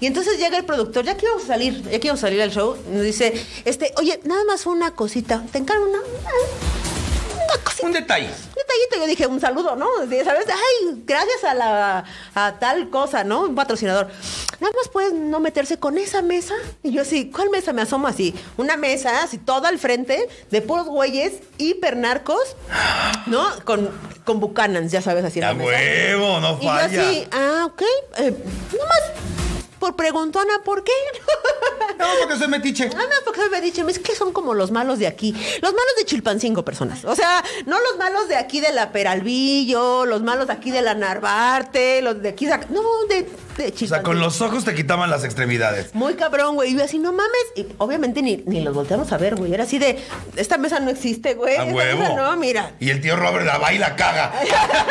Y entonces llega el productor, ya que íbamos a salir, ya que íbamos a salir al show, nos dice, este, oye, nada más una cosita, te encargo una, una cosita
Un detalle.
detallito, yo dije, un saludo, ¿no? Sí, ¿Sabes? Ay, gracias a la a tal cosa, ¿no? Un patrocinador. Nada más puedes no meterse con esa mesa. Y yo así, ¿cuál mesa? Me asomo así. Una mesa, así, toda al frente, de puros güeyes hipernarcos, ¿no? Con, con bucanans, ya sabes, así en
A
la mesa.
huevo, no
Y yo
falla.
así, ah, ok. eh, nada más por preguntona, ¿por qué?
No, porque soy metiche.
Nada más porque me había dicho, es que son como los malos de aquí. Los malos de Chilpancingo, personas. O sea, no los malos de aquí de la Peralvillo, los malos de aquí de la Narvarte, los de aquí de... No, de, de Chilpancingo.
O sea, con los ojos te quitaban las extremidades.
Muy cabrón, güey. Y yo así, no mames. Y obviamente ni, ni los volteamos a ver, güey. Era así de, esta mesa no existe, güey.
A
Esta
huevo.
mesa no, mira.
Y el tío Robert la va y la caga.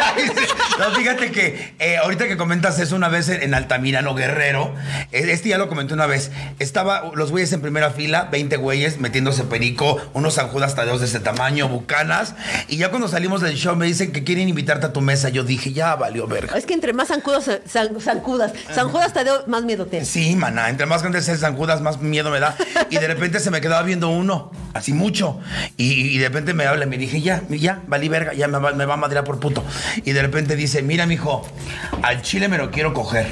no, fíjate que eh, ahorita que comentas eso una vez en, en Altamirano Guerrero, eh, este ya lo comenté una vez. Estaba los güeyes en primera fila, 20 güeyes metiéndose perico, unos San Judas Tadeos de ese tamaño, bucanas. Y ya cuando salimos del show me dicen que quieren invitarte a tu mesa. Yo dije, ya valió verga.
Es que entre más zancudos, san- zancudas, zancudas Tadeo, más miedo te.
Sí, maná, entre más grande sea el San Judas, más miedo me da. Y de repente se me quedaba viendo uno, así mucho. Y, y de repente me habla y me dije, ya, ya, valí verga, ya me va, me va a madrear por puto. Y de repente dice, mira, mijo, al chile me lo quiero coger.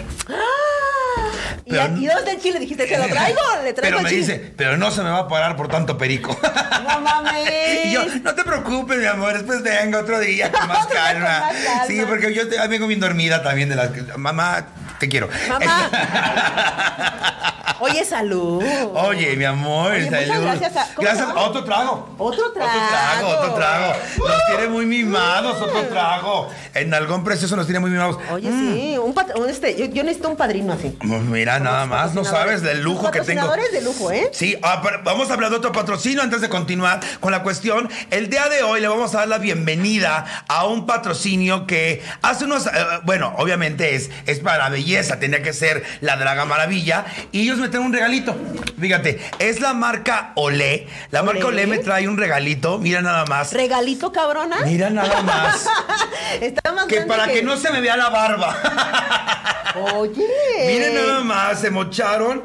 Y
Pero
aquí
no-
dos del chile dijiste, ¿se lo traigo? Le traigo
Pero
al
me
chile.
dice, pero no se me va a parar por tanto perico.
No mames.
Y yo, no te preocupes, mi amor, después venga otro día con más
Otro día con
calma.
más calma.
Sí, porque yo te- vengo bien dormida también de las... Mamá, te quiero. Eh,
Mamá. Oye, salud.
Oye, mi amor,
Oye, muchas
salud.
gracias a- ¿cómo
Gracias-
se llama?
Otro trago.
Otro trago.
Otro trago, otro trago. Nos tiene muy mimados, otro trago. En algún precioso nos tiene muy mimados.
Oye, sí, un pat- un este, yo, yo necesito un padrino así.
Pues Mira, nada más, no sabes del lujo que tengo.
Patrocinadores de lujo, ¿eh?
Sí, ah, pero vamos a hablar de otro patrocinio antes de continuar con la cuestión. El día de hoy le vamos a dar la bienvenida a un patrocinio que hace unos, eh, bueno, obviamente es, es para belleza, tenía que ser la Draga Maravilla, y ellos me traen un regalito. Fíjate, es la marca Olé. La marca
Olé.
Olé me trae un regalito, mira nada más.
Regalito cabrona.
Mira nada más.
Está más
Que
grande
para que no se me vea la barba.
Oye.
Mira
Eh.
nada más, se mocharon.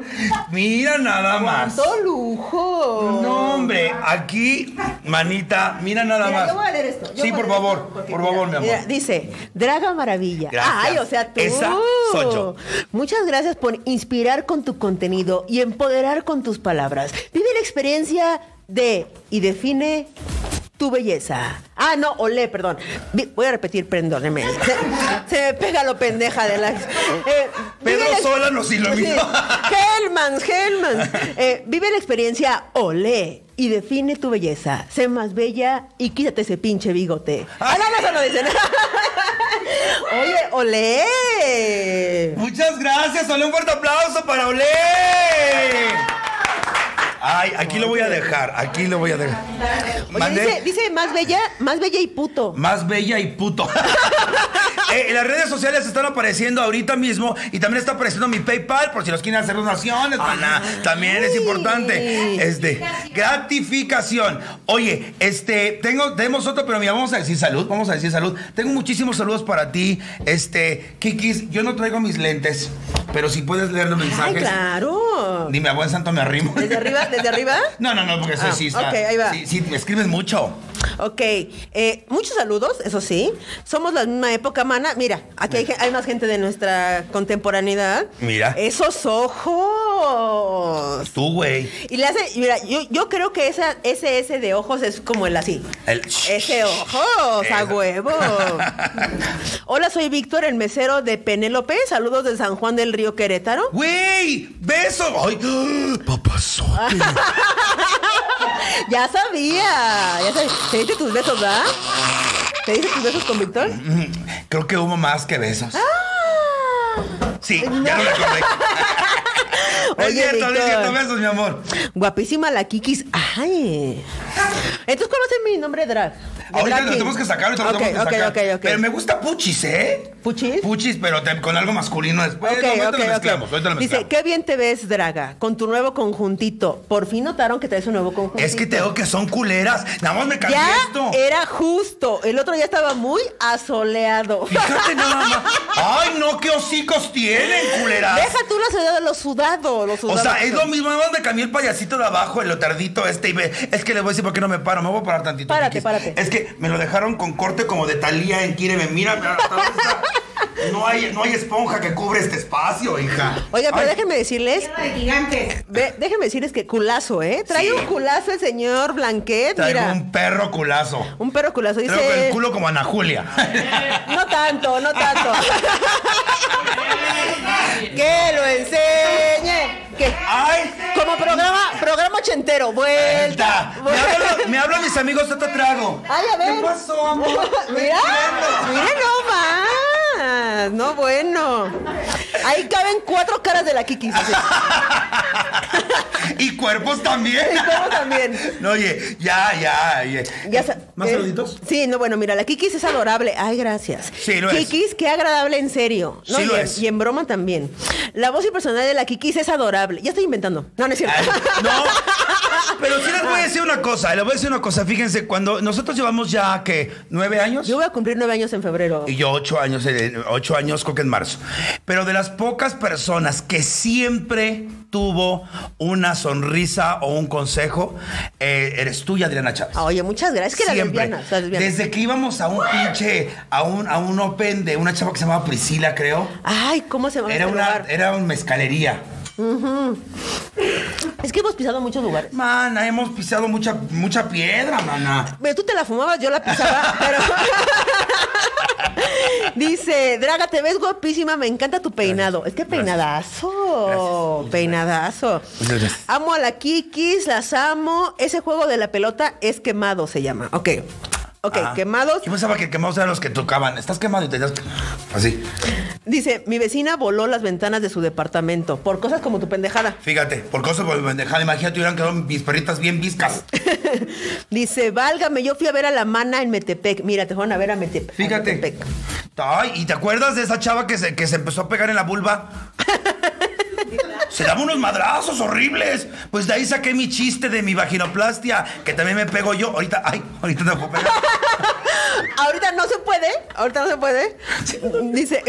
Mira nada más.
Cuánto lujo.
No, hombre, aquí, manita, mira nada
Mira,
más.
yo voy a leer esto. yo
Sí,
voy a
por
leer
favor,
esto, porque
por favor, mi
mira,
amor.
mira, dice, Draga Maravilla.
Gracias.
Ay, o sea, tú.
Esa soy yo.
Muchas gracias por inspirar con tu contenido y empoderar con tus palabras. Vive la experiencia de y define tu belleza. Ah, no, olé, perdón. Vi- Voy a repetir, perdóneme. Se, se me pega lo pendeja de la... eh, vive
Pedro
la-
Sola nos iluminó.
Sí. Hellmans, Hellmans. Eh, vive la experiencia olé y define tu belleza. Sé más bella y quítate ese pinche bigote. Ah, no, no, eso no dicen. Oye, olé.
Muchas gracias, Olé, un fuerte aplauso para Olé. Ay, aquí lo voy a dejar, aquí lo voy a dejar.
Oye,
Mandé-
dice, dice más bella, más bella y puto.
Más bella y puto. Eh, en las redes sociales están apareciendo ahorita mismo y también está apareciendo mi PayPal por si los quieren hacer donaciones.
Ah,
maná. También es importante. Este, gratificación. Oye, este, tengo, tenemos otro, pero mira, vamos a decir salud, vamos a decir salud. Tengo muchísimos saludos para ti. Este, Kikis, yo no traigo mis lentes. Pero si puedes leer los
Ay,
mensajes.
claro.
Dime, a buen santo me arrimo.
¿Desde arriba? ¿Desde arriba?
No, no, no, porque eso
Ah,
sí está.
ok, ahí va.
Sí, sí, escribes mucho.
Ok, eh, muchos saludos, eso sí. Somos la misma época, mana. Mira, aquí hay, ge- hay más gente de nuestra contemporaneidad.
Mira.
Esos ojos.
Tú, güey.
Y le hace, mira, yo, yo creo que esa, ese S de ojos es como el así.
El-
Ese ojos, a
Esa.
huevo. Hola, soy Víctor, el mesero de Penélope. Saludos de San Juan del Río Querétaro.
Güey, beso. Ay, papazote.
Ya sabía, ya sabía. Te diste tus besos, ¿verdad? ¿Te diste tus besos con Víctor?
Mm, Creo que hubo más que besos.
Ah.
Sí, ya no me acordé. No es
Oye,
cierto, no es
Víctor.
cierto, besos, mi amor.
Guapísima la Kikis. Ay. Entonces, ¿cuál va a ser mi nombre drag? De
Ahorita
drag
lo
king.
tenemos que sacar, ahorita lo
Ok,
tenemos que
ok,
sacar.
ok, ok.
Pero me gusta Puchis, ¿eh?
¿Puchis?
Puchis, pero te- con algo masculino después.
Ok,
ahorita
ok,
lo
ok.
mezclamos, ahorita lo
Dice,
mezclamos.
qué bien te ves, Draga, con tu nuevo conjuntito. Por fin notaron que traes un nuevo conjuntito.
Es que te digo que son culeras. Nada más me cambié
Ya
esto.
era justo. El otro ya estaba muy asoleado.
Fíjate nada más. Ay, no, qué hocicos tienen, culeras.
Deja tú la ciudad de los sudados. Los
O
sudados
sea, es lo mismo, nada más me cambié el payasito de abajo, el lotardito este, y ve, es que le voy a decir por qué no me paro, me voy a parar tantito.
Párate,
Kikis.
párate.
Es que me lo dejaron con corte como de talía en Kíreme, mira, mira, hasta dónde está. no hay, no hay esponja que cubre este espacio, hija.
Oiga, pero
Ay,
déjenme decirles.
Tierra de gigantes.
ve- déjenme decirles que culazo, ¿eh? Trae
Sí.
un culazo el señor Blanquet.
Traigo
Mira.
un perro culazo.
Un perro culazo. Dice.
Traigo el culo como Ana Julia.
No tanto, no tanto. que lo enseñe. Que,
Ay.
como programa, programa ochentero. Vuelta.
Está. Me
vuelta.
hablan, me hablan mis amigos, te trago.
Ay, a ver.
¿Qué pasó, amor?
Mira, mira nomás. No, bueno. Ahí caben cuatro caras de la Kiki. así.
Y cuerpos también.
Y cuerpos también.
No, oye, ya, ya. ya.
Ya sa-
¿Más
eh,
saluditos?
Sí, no, bueno, mira, la Kikis es adorable. Ay, gracias.
Sí, lo es.
Kikis, qué agradable en serio. No,
Sí,
y,
lo
en,
es.
y en broma también. La voz y personalidad de la Kikis es adorable. Ya estoy inventando. No, no es cierto.
Ay, No, pero sí les voy a decir una cosa, les voy a decir una cosa. Fíjense, cuando nosotros llevamos ya, ¿qué? ¿Nueve años?
Yo voy a cumplir nueve años en febrero.
Y yo ocho años, eh, ocho años creo que en marzo. Pero de las pocas personas que siempre tuvo una sonrisa o un consejo, eh, eres tú y Adriana Chávez.
Ah, oye, muchas gracias. Es que las
Siempre.
lesbianas, las lesbianas.
Desde que íbamos a un pinche, a un, a un open de una chava que se llamaba Priscila, creo.
Ay, ¿cómo se llama
Era
este
una,
lugar?
era una mezcalería.
Es que hemos pisado muchos lugares.
Mana, hemos pisado mucha, mucha piedra, mana.
Mira, tú te la fumabas, yo la pisaba, pero... Dice, Draga, te ves guapísima, me encanta tu peinado. Es que peinadazo, peinadazo.
Muchas gracias.
Amo a la Kikis, las amo. Ese juego de la pelota es quemado, se llama. Ok, ok,
Ah.
quemados.
Yo pensaba que quemados eran los que tocaban. Estás quemado y te das así.
Dice, mi vecina voló las ventanas de su departamento por cosas como tu pendejada.
Fíjate, por cosas por pendejada. Imagínate, hubieran quedado mis perritas bien viscas.
Dice, válgame, yo fui a ver a la mana en Metepec. Mira, te fueron a ver a, Metep- a
Fíjate.
Metepec.
Ay, ¿y te acuerdas de esa chava que se, que se empezó a pegar en la vulva? Se daba unos madrazos horribles. Pues de ahí saqué mi chiste de mi vaginoplastia, que también me pego yo. Ahorita, ay, ahorita no puedo pegar.
Ahorita no se puede, ahorita no se puede. Dice,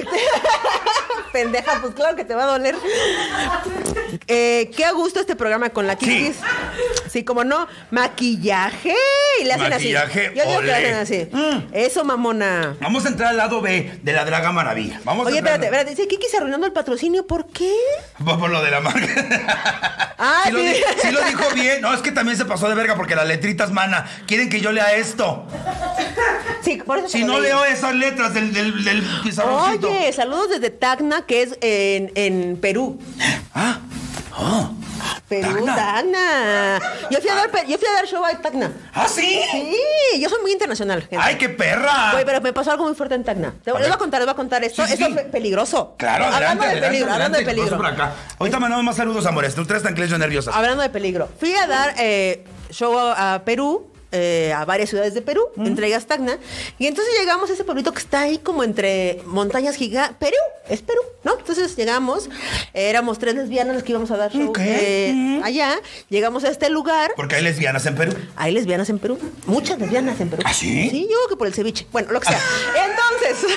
pendeja, pues claro que te va a doler. Eh, qué a gusto este programa con la Kikis. Sí, como no, maquillaje. Y le hacen
Maquillaje,
así. Yo digo que le
olé.
hacen así.
Mm.
Eso, mamona.
Vamos a entrar al lado B de la Draga Maravilla. Vamos
Oye,
a entrar
espérate, espérate. Dice Kikis arruinando el patrocinio, ¿por qué?
Va por lo de la marca.
Ah,
sí, lo
sí.
di- sí lo dijo bien. No, es que también se pasó de verga porque las letritas, mana, quieren que yo lea esto.
Sí, por eso.
Si
se
no
lo leí.
leo esas letras del, del, del pizarroncito.
Oye, saludos desde Tacna, que es en, en Perú.
Ah, ah.
Perú,
Tacna.
Tacna. Yo fui a dar, pe- yo fui a dar show a Tacna.
¿Ah, sí?
Sí, yo soy muy internacional, gente.
¡Ay, qué perra!
Güey, pero me pasó algo muy fuerte en Tacna. Te,
A
les voy
ver.
a contar, les voy a contar esto.
Sí, sí,
esto
sí.
es pe- peligroso.
Claro, adelante,
Hablando de
adelante,
peligro, hablando de
adelante,
peligro.
paso por acá. Ahorita mandamos más saludos, amores. Ustedes están que yo nerviosas.
Hablando de peligro. Fui a dar eh, show a, a Perú. eh, a varias ciudades de Perú, entre ellas Tacna. Y entonces llegamos a ese pueblito que está ahí como entre montañas gigantes. Perú, es Perú, ¿no? Entonces llegamos, éramos tres lesbianas las que íbamos a dar show
Ok.
eh, allá. Llegamos a este lugar.
Porque hay lesbianas en Perú.
Hay lesbianas en Perú. Muchas lesbianas en Perú.
¿Ah, sí?
Sí, yo creo que por el ceviche. Bueno, lo que sea. Entonces.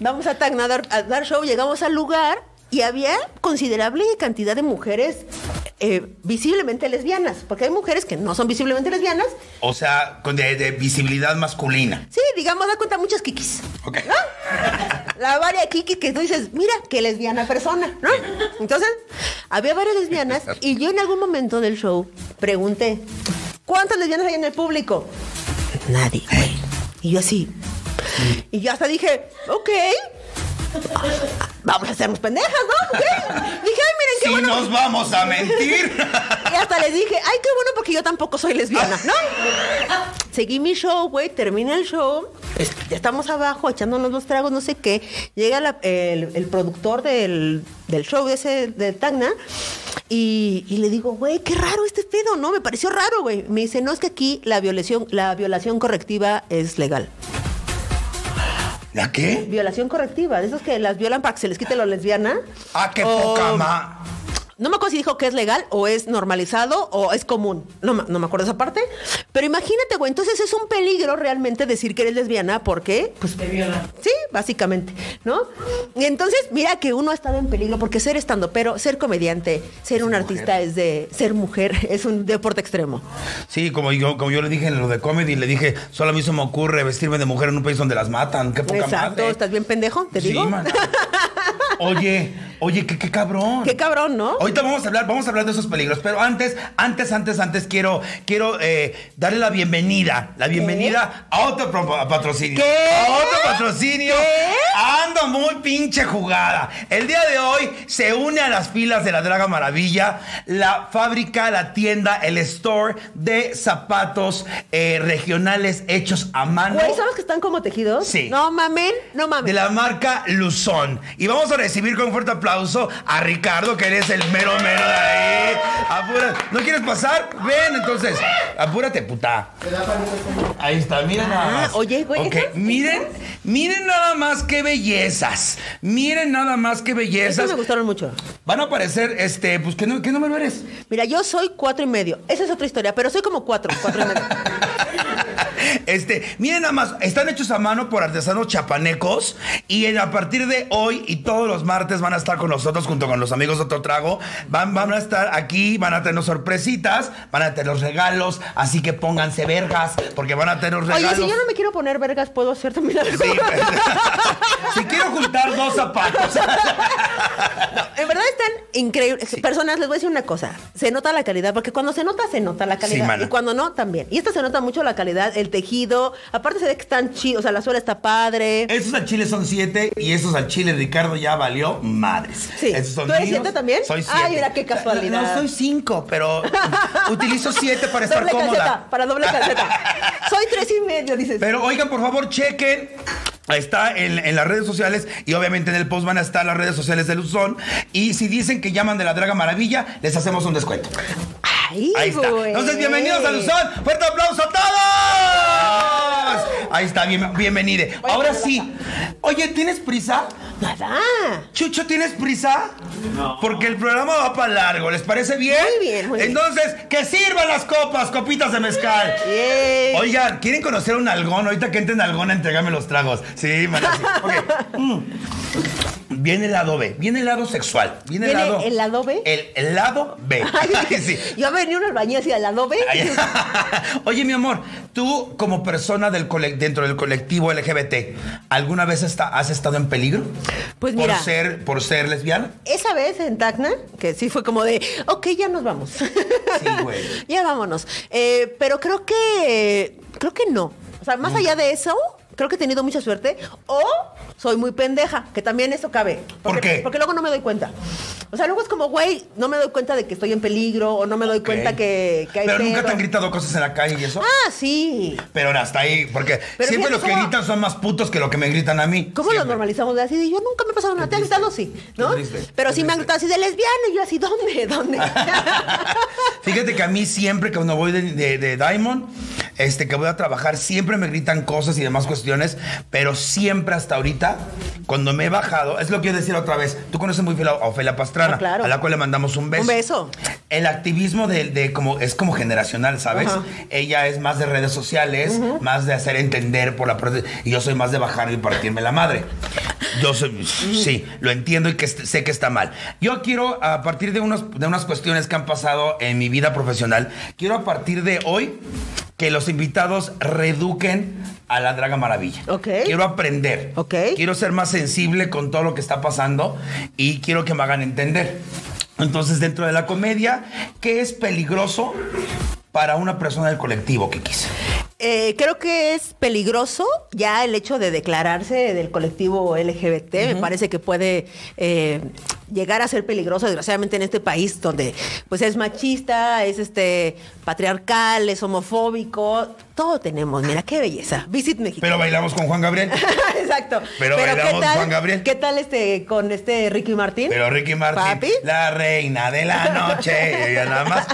Vamos a Tacna a dar, a dar show, llegamos al lugar y había considerable cantidad de mujeres eh, visiblemente lesbianas, porque hay mujeres que no son visiblemente lesbianas.
O sea, con de, de visibilidad masculina.
Sí, digamos, da cuenta muchas kikis.
Ok.
¿no? La varia Kiki que tú dices, mira, qué lesbiana persona, ¿no? Entonces, había varias lesbianas y yo en algún momento del show pregunté, ¿cuántas lesbianas hay en el público? Nadie, güey. Y yo así. Y yo hasta dije, ok. Vamos a hacernos pendejas, ¿no? Ok. Dije, ay, miren qué
Si
bueno.
nos vamos a mentir.
Y hasta les dije, ay, qué bueno porque yo tampoco soy lesbiana, ¿no? Seguí mi show, güey, terminé el show. es- Ya estamos abajo echándonos los tragos, no sé qué. Llega la- el, el productor del, del show de ese de Tacna y, y le digo, güey, qué raro este pedo, ¿no? Me pareció raro, güey. Me dice, no, es que aquí la violación, la violación correctiva es legal.
¿La qué?
Violación correctiva, de esos que las violan para que se les quite lo lesbiana. Oh,
Ah, qué
O-
poca ma.
no me acuerdo si dijo que es legal o es normalizado o es común. No, me- no me acuerdo esa parte. Pero imagínate, güey, entonces es un peligro realmente decir que eres lesbiana porque, pues... Te viola. Sí, básicamente, ¿no? Y entonces, mira que uno ha estado en peligro porque ser estando, pero ser comediante, ser un artista es de... Ser mujer es un deporte extremo.
Sí, como yo, como yo le dije en lo de comedy, le dije, solo a mí se me ocurre vestirme de mujer en un país donde las matan. Qué poca
Exacto,
madre.
¿estás bien pendejo? Te
Sí,
digo.
man. Oye, oye, qué, qué cabrón.
Qué cabrón, ¿no?
Ahorita vamos a hablar, vamos a hablar de esos peligros, pero antes, antes, antes, antes quiero, quiero eh, darle la bienvenida, la bienvenida a otro pro- patrocinio.
¿Qué?
A otro patrocinio.
¿Qué?
Ando muy pinche jugada. El día de hoy se une a las filas de la Draga Maravilla, la fábrica, la tienda, el store de zapatos eh, regionales hechos a mano.
Güey, ¿sabes que están como tejidos?
Sí.
No mamen, no mamen.
De la marca Luzón. Y vamos a recibir con fuerte aplauso a Ricardo, que eres el mero mero de ahí. Apúrate. ¿No quieres pasar? Ven, entonces. Apúrate, puta. Ahí está, miren nada
Ah,
más.
oye, güey,
Ok,
esas-
miren, miren nada más qué bellezas. Miren nada más qué
Estos
bellezas.
me gustaron mucho.
Van a aparecer, este, pues, ¿qué, nu- qué número eres?
Mira, yo soy cuatro y medio. Esa es otra historia, pero soy como cuatro, cuatro y medio.
Este, miren nada más, están hechos a mano por artesanos chapanecos y en- a partir de hoy y todos los martes van a estar con nosotros junto con los amigos de Otro Trago. Van, van a estar aquí, van a tener sorpresitas, van a tener los regalos, así que pónganse vergas porque van a tener los regalos.
Oye, si yo no me quiero poner vergas, ¿puedo hacer también algo?
Sí, pues, si quiero juntar dos zapatos.
En verdad están increíbles. Personas, les voy a decir una cosa. Se nota la calidad, porque cuando se nota, se nota la
Sí,
calidad.
mana.
y cuando no, también. Y esta se nota mucho la calidad, el tejido. Aparte se ve que están chidos, o sea, la suela está padre.
Esos al chile son siete y esos al chile Ricardo ya valió madres.
Sí.
Esos son
¿Tú eres
míos.
siete también?
Soy siete.
Ay, mira qué casualidad.
No, no, soy cinco, pero utilizo siete para estar
doble
cómoda.
calceta, para doble calceta. Soy tres y medio, dices.
Pero oigan, por favor, chequen. Ahí Está en, en las redes sociales y obviamente en el post van a estar las redes sociales de Luzón. Y si dicen que llaman de la Draga Maravilla, les hacemos un descuento.
Ay,
Ahí está.
güey.
Entonces, bienvenidos a Luzón. Fuerte aplauso a todos. Ahí está, bien, bienvenide.
Oye,
Ahora
pero
sí. Oye, ¿tienes prisa?
Nada.
Chucho, ¿tienes prisa? No. Porque el programa va para largo. ¿Les parece bien?
Muy bien, muy bien.
Entonces, que sirvan las copas, copitas de mezcal.
Yay.
Oigan, ¿quieren conocer un algón? Ahorita que entren algón, entregame los tragos. Sí, man, sí. Ok. Mm. Viene el lado B, viene el lado sexual. Viene,
¿Viene
el lado.
el lado B?
El, el lado B. Ay, sí.
Yo me venía un albañil así al adobe.
Ay, Oye, mi amor, tú como persona del cole- dentro del colectivo LGBT, ¿alguna vez esta- has estado en peligro?
Pues mira.
Por ser, por ser lesbiana.
Esa vez en Tacna, que sí fue como de, ok, ya nos vamos. Sí,
güey.
ya vámonos. Eh, pero creo que, creo que no. O sea, más allá de eso, creo que he tenido mucha suerte. O soy muy pendeja, que también eso cabe.
¿Por qué?
Porque luego no me doy cuenta. O sea, luego es como, güey, no me doy cuenta de que estoy en peligro o no me doy cuenta
Ok.
que, que hay
Pero nunca
pedo.
te han gritado cosas en la calle y eso.
Ah, sí.
Pero hasta ahí, porque siempre
Pero fíjate
los que
cómo-
gritan son más putos que lo que me gritan a mí.
¿Cómo lo
Siempre.
normalizamos? De así de yo nunca me he pasado nada. ¿Te han gritado? Sí, ¿no?
triste, qué
Pero sí me han
triste.
gritado así de lesbiana y yo así, ¿dónde? ¿Dónde?
Fíjate que a mí siempre que cuando voy de, de- de Diamond, este, que voy a trabajar, siempre me gritan cosas y demás cuestiones, pero siempre hasta ahorita, cuando me he bajado, es lo que yo decía otra vez, tú conoces muy bien a Ofelia Pastrana,
Ah, claro.
a la cual le mandamos un beso.
Un beso.
el activismo de, de como es como generacional, ¿sabes?
Ajá.
Ella es más de redes sociales, más de hacer entender por la prote- y yo soy más de bajar y partirme la madre. Yo soy, sí, lo entiendo y que est- sé que está mal. Yo quiero a partir de unos de unas cuestiones que han pasado en mi vida profesional, quiero a partir de hoy que los invitados reeduquen a la Draga Maravilla.
Ok.
Quiero aprender.
Ok.
Quiero ser más sensible con todo lo que está pasando y quiero que me hagan entender. Entonces, dentro de la comedia, ¿qué es peligroso para una persona del colectivo, Kikis?
Eh, creo que es peligroso ya el hecho de declararse del colectivo LGBT. Me parece que puede eh, llegar a ser peligroso, desgraciadamente, en este país donde pues es machista, es este patriarcal, es homofóbico. Todo tenemos, mira qué belleza. Visit México.
Pero bailamos con Juan Gabriel,
Exacto.
Pero bailamos
¿qué tal,
Juan Gabriel.
¿Qué tal este con este Ricky Martín?
pero Ricky Martin,
Papi.
la reina de la noche, y ya nada más.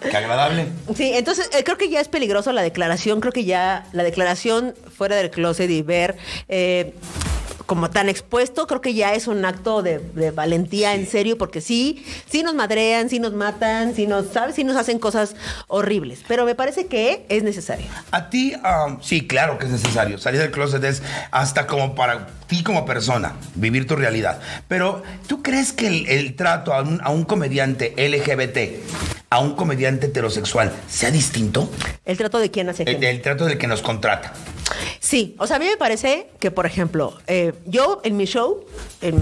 Qué agradable.
Sí, entonces eh, creo que ya es peligroso la declaración, creo que ya la declaración fuera del closet y ver eh, como tan expuesto, creo que ya es un acto de, de valentía en serio, porque sí, sí nos madrean, sí nos matan, sí nos, ¿sabes? Sí nos hacen cosas horribles, pero me parece que es necesario.
A ti, um, sí, claro que es necesario. Salir del closet es hasta como para ti como persona, vivir tu realidad. Pero, ¿tú crees que el, el trato a un, a un comediante LGBT, a un comediante heterosexual, sea distinto?
El trato de quién hacia quién.
El, el trato del que nos contrata.
Sí, o sea, a mí me parece que, por ejemplo, eh, yo en mi show, en,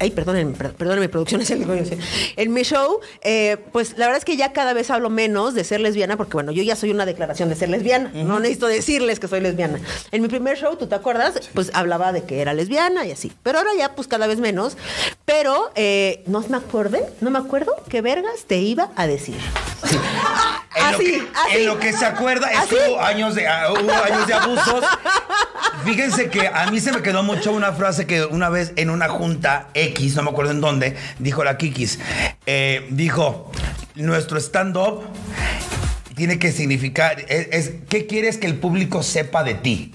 ay, perdón, en, per- perdón, en mi producción es el coño, sí. En mi show, eh, pues la verdad es que ya cada vez hablo menos de ser lesbiana, porque bueno, yo ya soy una declaración de ser lesbiana. No necesito decirles que soy lesbiana. En mi primer show, ¿tú te acuerdas? Pues hablaba de que era lesbiana y así. Pero ahora ya, pues cada vez menos. Pero eh, no me acuerdo, no me acuerdo qué vergas te iba a decir.
En, lo,
Así,
que,
así.
en lo que se acuerda, es
Así.
que hubo años de, ah, hubo años de abusos. Fíjense que a mí se me quedó mucho una frase que una vez en una junta X, no me acuerdo en dónde, dijo la Kikis. eh, dijo, nuestro stand-up tiene que significar, es, es, ¿qué quieres que el público sepa de ti?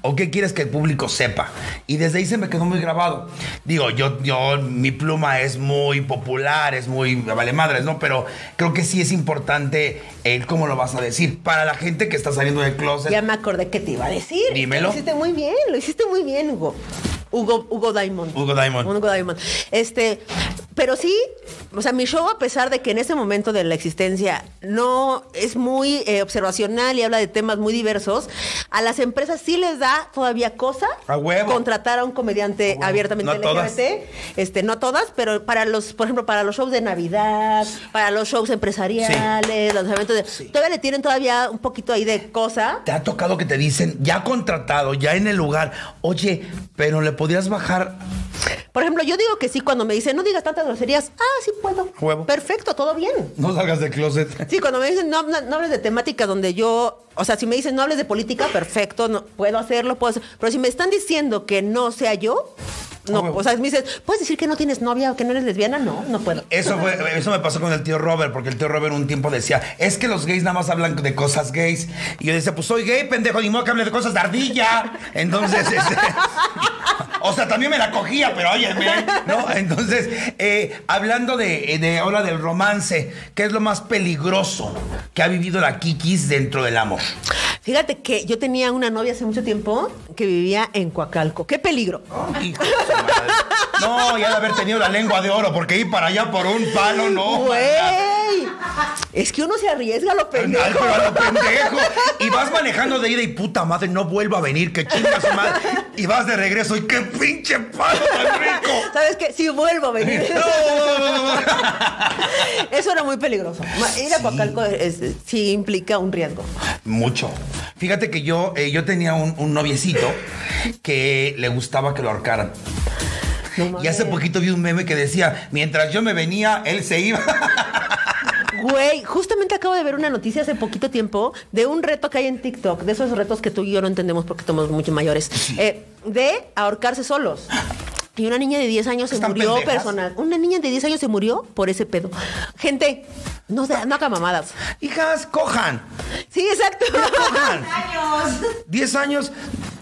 ¿O qué quieres que el público sepa? Y desde ahí se me quedó muy grabado. Digo, yo, yo, mi pluma es muy popular, es muy, me vale madres, ¿no? Pero creo que sí es importante el cómo lo vas a decir. Para la gente que está saliendo del closet,
Ya me acordé que te iba a decir.
Dímelo.
Lo hiciste muy bien, lo hiciste muy bien, Hugo. Hugo, Hugo Diamond.
Hugo Diamond.
Hugo Diamond. Este, pero sí, o sea, mi show, a pesar de que en este momento de la existencia no es muy eh, observacional y habla de temas muy diversos, a las empresas sí les da todavía cosa
A huevo.
contratar a un comediante
A huevo.
abiertamente
No todas.
LGBT. Este, no todas, pero para los, por ejemplo, para los shows de Navidad, para los shows empresariales, los eventos de. Todavía le tienen todavía un poquito ahí de cosa.
¿Te ha tocado que te dicen, ya contratado, ya en el lugar, oye, pero le podrías bajar
Por ejemplo, yo digo que sí cuando me dicen, no digas tantas groserías. Ah, sí puedo.
Huevo.
Perfecto, todo bien.
No salgas del closet.
Sí, cuando me dicen, no, habla- no hables de temáticas donde yo... O sea, si me dicen, no hables de política, perfecto, no, puedo hacerlo, puedo hacer- Pero si me están diciendo que no sea yo... No,
Ah, huevo.
o sea, me dicen, ¿puedes decir que no tienes novia o que no eres lesbiana? No, no puedo.
Eso, fue- eso me pasó con el tío Robert, porque el tío Robert un tiempo decía, es que los gays nada más hablan de cosas gays. Y yo decía, pues soy gay, pendejo, ni modo que hable de cosas de ardilla. Entonces, este, o sea, también me la cogía, pero óyeme, ¿no? Entonces, eh, hablando de, eh, de ahora del romance, ¿qué es lo más peligroso que ha vivido la Kikis dentro del amor?
Fíjate que yo tenía una novia hace mucho tiempo que vivía en Coacalco. ¡Qué peligro!
Hijo de su madre. No, ya de haber tenido la lengua de oro, porque ir para allá por un palo, no.
¡Güey! Es que uno se arriesga a lo
Ay,
pendejo.
pero a lo pendejo. Y vas manejando de ida y puta madre, no vuelvo a venir, que chingas madre. Y vas de regreso y qué pinche palo tan rico.
¿Sabes qué? Si vuelvo a venir.
No.
Eso era muy peligroso. Ma- Ir a Coacalco es- es- sí implica un riesgo.
Mucho. Fíjate que yo, eh, yo tenía un, un noviecito que le gustaba que lo ahorcaran.
No
Y hace
mames.
poquito vi un meme que decía, mientras yo me venía, él se iba.
Güey, justamente acabo de ver una noticia hace poquito tiempo de un reto que hay en TikTok, de esos retos que tú y yo no entendemos porque somos mucho mayores, eh, de ahorcarse solos. Y una niña de 10 años se
Están
murió
pendejas.
personal. Una niña de 10 años se murió por ese pedo. Gente, no, se- no haga mamadas.
Hijas, cojan.
Sí, exacto.
Cojan. 10 años.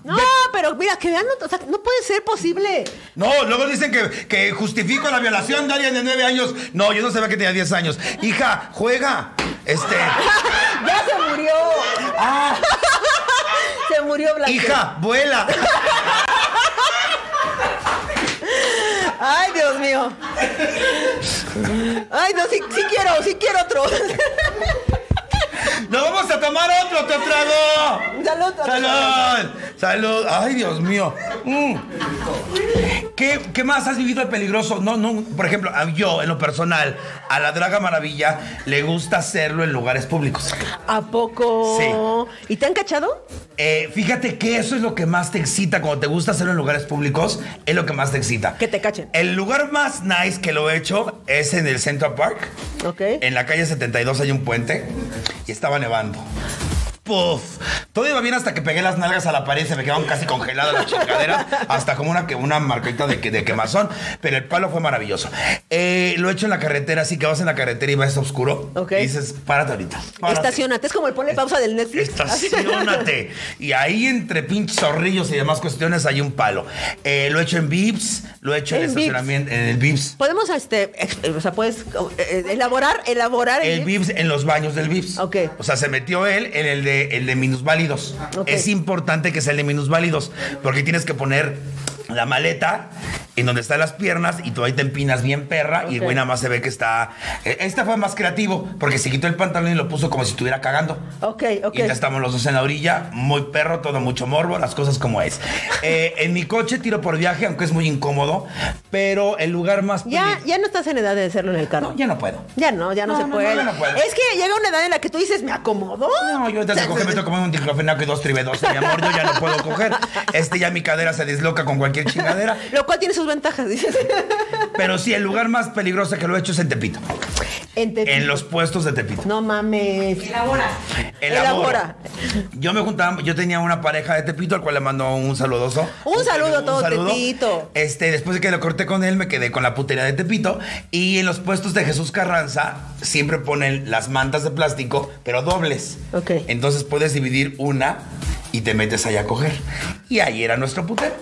No, pero mira, que vean, o sea, no puede ser posible.
No, luego dicen que, que justifico la violación de alguien de nueve años. No, yo no sabía que tenía 10 años. Hija, juega. Este.
ya se murió.
Ah,
Se murió Blanca.
hija, vuela.
Ay, Dios mío. Ay, no, sí, sí quiero, sí quiero otro.
¡Nos vamos a tomar otro, te trago!
Salud. otro.
¡Salud! ¡Salud! ¡Ay, Dios mío! Mm. ¿Qué, qué más has vivido de peligroso? No, no, por ejemplo, a- yo, en lo personal, a la Draga Maravilla le gusta hacerlo en lugares públicos.
¿A poco? Sí. ¿Y te han cachado?
Eh, fíjate que eso es lo que más te excita. Cuando te gusta hacerlo en lugares públicos, es lo que más te excita.
Que te cachen.
El lugar más nice que lo he hecho es en el Central Park.
Ok.
En la calle 72 hay un puente y estaba nevando. Puf. Todo iba bien hasta que pegué las nalgas a la pared, se me quedaron casi congeladas las chingaderas, hasta como una, que- una marquita de, que- de quemazón, pero el palo fue maravilloso. Eh, lo he hecho en la carretera, así que vas en la carretera y vas oscuro.
Ok.
Y dices, párate ahorita. párate".
Estacionate. Es como el ponle pausa del Netflix.
Estacionate. Y ahí entre pinches zorrillos y demás cuestiones hay un palo. Eh, lo he hecho en Vips, lo he hecho en,
En Vips.
estacionamiento, en el Vips.
Podemos, este, ex- o sea, puedes eh, elaborar, elaborar.
El
el-
Vips en los baños del Vips.
Ok.
O sea, se metió él en el de, el de minusválidos.
Ok.
Es importante que sea el de minusválidos, porque tienes que poner la maleta en donde están las piernas y tú ahí te empinas bien perra y el
Ok.
güey nada más se ve que está... Eh, Este fue más creativo, porque se quitó el pantalón y lo puso como si estuviera cagando.
Ok, ok.
Y ya estamos los dos en la orilla, muy perro, todo mucho morbo, las cosas como es. Eh, en mi coche tiro por viaje, aunque es muy incómodo, pero el lugar más...
Ya,
peli-
ya no estás en edad de hacerlo en el carro.
No, ya no puedo.
Ya no, ya no,
No,
se
no, no,
puede.
ya no puedo.
Es que llega una edad en la que tú dices, ¿me acomodo?
No, yo ahorita te coge, me toco como un diclofenaco y dos tribedosos, mi amor, yo ya no puedo coger. Este ya mi cadera se disloca con cualquier chingadera.
Lo cual tiene sus ventajas, dices.
Pero sí, el lugar más peligroso que lo he hecho es en Tepito.
En Tepito.
En los puestos de Tepito.
No mames.
Elabora.
Elabora.
Elabora.
Yo me juntaba, yo tenía una pareja de Tepito al cual le mando un saludoso.
Un saludo a
un
todo Tepito.
Este, después de que lo corté con él, me quedé con la putería de Tepito. Y en los puestos de Jesús Carranza siempre ponen las mantas de plástico, pero dobles.
Ok.
Entonces puedes dividir una y te metes allá a coger. Y ahí era nuestro putero.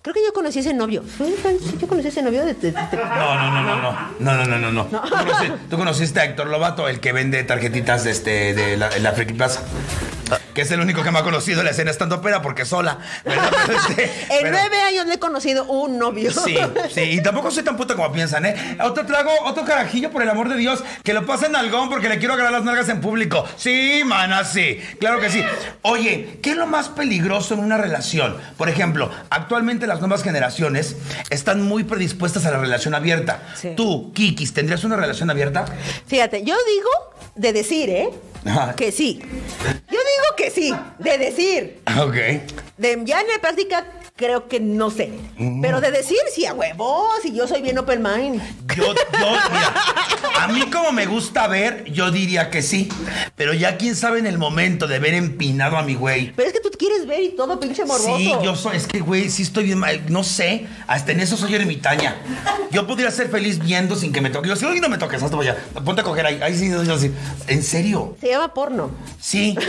Creo que yo conocí ese novio. Fue- fue- Yo conocí ese novio de. de- de-
No, no, no, no, no. No, no, no, no, no. ¿Tú, conoci- tú conociste a Héctor Lobato, el que vende tarjetitas de, este, de la, en la Friki Plaza. Que es el único que me ha conocido en la escena estando opera porque sola. ¿verdad? Pero, este,
En
pero-
nueve años le he conocido un novio.
Sí, sí, y tampoco soy tan puta como piensan, ¿eh? Otro trago, otro carajillo, por el amor de Dios, que lo pasen al gón porque le quiero agarrar las nalgas en público. Sí, mana, sí, claro que sí. Oye, ¿qué es lo más peligroso en una relación? Por ejemplo, actualmente las nuevas generaciones están muy predispuestas a la relación abierta.
Sí.
Tú, Kikis, ¿tendrías una relación abierta?
Fíjate, yo digo de decir, ¿eh?
Ajá.
Que sí. Yo digo que sí, de decir.
Ok.
De, ya en la práctica creo que no sé.
Mm.
Pero de decir sí a huevos y yo soy bien open mind.
Yo, yo, mira, a mí como me gusta ver, yo diría que sí. Pero ya quién sabe en el momento de ver empinado a mi güey.
Pero es que tú quieres ver y todo pinche morboso.
Sí, yo soy, es que, güey, sí estoy bien mal, no sé, hasta en eso soy ermitaña. Yo podría ser feliz viendo sin que me toque. Yo, si hoy no me toques, hasta voy a, ponte a coger ahí, ahí sí, yo, yo sí. ¿En serio?
Se llama porno.
Sí.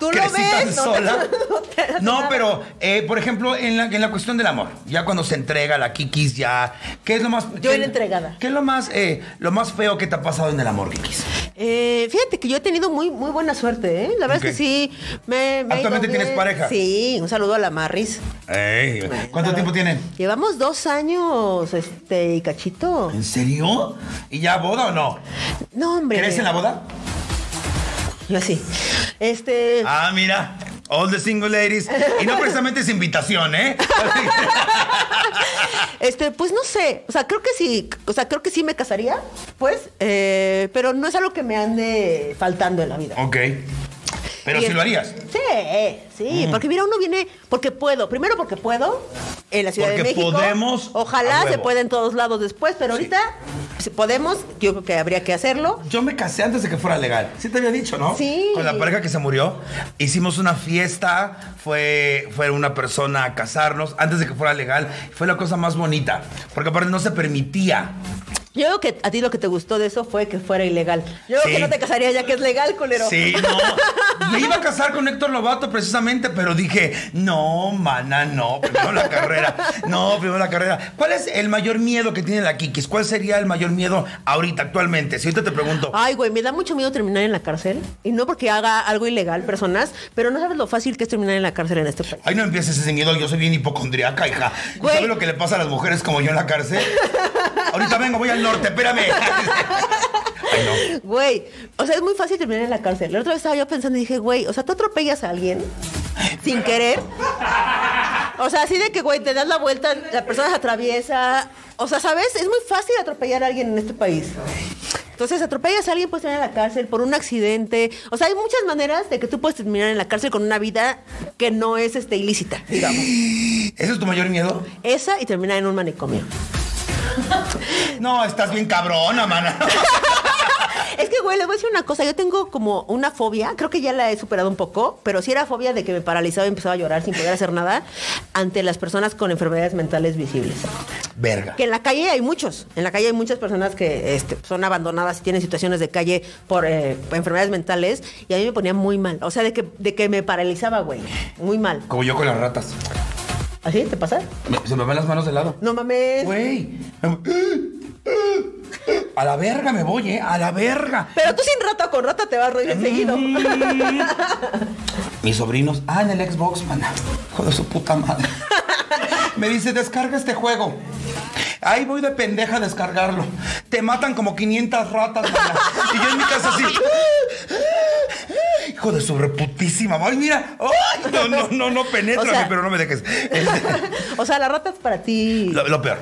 Tú lo
Crecí tan
ves. no te-
sola.
no te-
No, pero, eh, por ejemplo, en la, en la cuestión del amor, ya cuando se entrega la Kikis, ya, ¿qué es lo más...
Yo
qué-
era entregada.
¿Qué es lo más, eh, lo más feo que te ha pasado en el amor, Kikis?
Eh, fíjate que yo he tenido muy, muy buena suerte, ¿eh? La verdad
Ok.
es que sí. Me, me ha ido
¿Actualmente
bien.
tienes pareja?
Sí, un saludo a la Marris.
¿Cuánto tiempo tienen?
Llevamos dos años, este, y cachito.
¿En serio? ¿Y ya boda o no?
No, hombre.
¿Crees en la boda?
Yo sí. Este.
Ah, mira. All the single ladies. Y no precisamente es invitación, ¿eh? Ah.
Este, pues no sé, o sea, creo que sí, o sea, creo que sí me casaría, pues, eh, pero no es algo que me ande faltando en la vida.
ok. Pero
Y
si
el-
lo harías. Mm.
Sí, eh, sí, porque mira, uno viene porque puedo, primero porque puedo en la Ciudad de
Porque
México.
podemos, a
Ojalá
huevo.
se pueda en todos lados después, pero ahorita si podemos, yo creo que habría que hacerlo.
Yo me casé antes de que fuera legal. Sí te había dicho, ¿no?
Sí.
Con la pareja que se murió. Hicimos una fiesta. Fue, fue una persona a casarnos antes de que fuera legal. Fue la cosa más bonita. Porque aparte no se permitía
Yo creo que a ti lo que te gustó de eso fue que fuera ilegal. Yo creo
Sí.
que no te casarías ya que es legal, culero.
Sí, no. Me iba a casar con Héctor Lobato precisamente, pero dije, no, mana, no, primero la carrera. No, primero la carrera. ¿Cuál es el mayor miedo que tiene la Kikis? ¿Cuál sería el mayor miedo ahorita, actualmente? Si ahorita te pregunto,
Ay, güey, me da mucho miedo terminar en la cárcel. Y no porque haga algo ilegal, personas, pero no sabes lo fácil que es terminar en la cárcel en este país.
ay, no empieces ese miedo, yo soy bien hipocondriaca, hija. ¿Tú
Güey.
¿Sabes lo que le pasa a las mujeres como yo en la cárcel? ahorita vengo, voy al norte, espérame. ay, no.
Güey, o sea, es muy fácil terminar en la cárcel. La otra vez estaba yo pensando y dije, güey, o sea, tú atropellas a alguien sin querer. O sea, así de que, güey, te das la vuelta, la persona se atraviesa. O sea, ¿sabes? Es muy fácil atropellar a alguien en este país. Entonces, atropellas a alguien, puedes terminar en la cárcel por un accidente. O sea, hay muchas maneras de que tú puedes terminar en la cárcel con una vida que no es este, ilícita, digamos.
¿Ese es tu mayor miedo?
Esa y terminar en un manicomio.
No, estás bien cabrona, mana.
Es que, güey, les voy a decir una cosa. Yo tengo como una fobia. Creo que ya la he superado un poco. Pero sí era fobia de que me paralizaba y empezaba a llorar sin poder hacer nada ante las personas con enfermedades mentales visibles.
Verga.
Que en la calle hay muchos. En la calle hay muchas personas que este, son abandonadas y tienen situaciones de calle por, eh, por enfermedades mentales. Y a mí me ponía muy mal. O sea, de que, de que me paralizaba, güey. Muy mal.
Como yo con las ratas.
¿Así te pasa?
Me- se me van las manos de lado.
No mames.
Güey. em, A la verga me voy, ¿eh? A la verga.
Pero tú sin rata con rata te vas a reír enseguido.
Mis sobrinos. Ah, en el Xbox, mana. Hijo de su puta madre. Me dice, descarga este juego. Ahí voy de pendeja a descargarlo. Te matan como 500 ratas, mana. Y yo en mi casa así. Hijo de su reputísima. Ay, mira. Ay, no, no, no, no, penétrame,
O sea-
pero no me dejes. Este,
o sea, la rata es para ti.
lo, lo peor.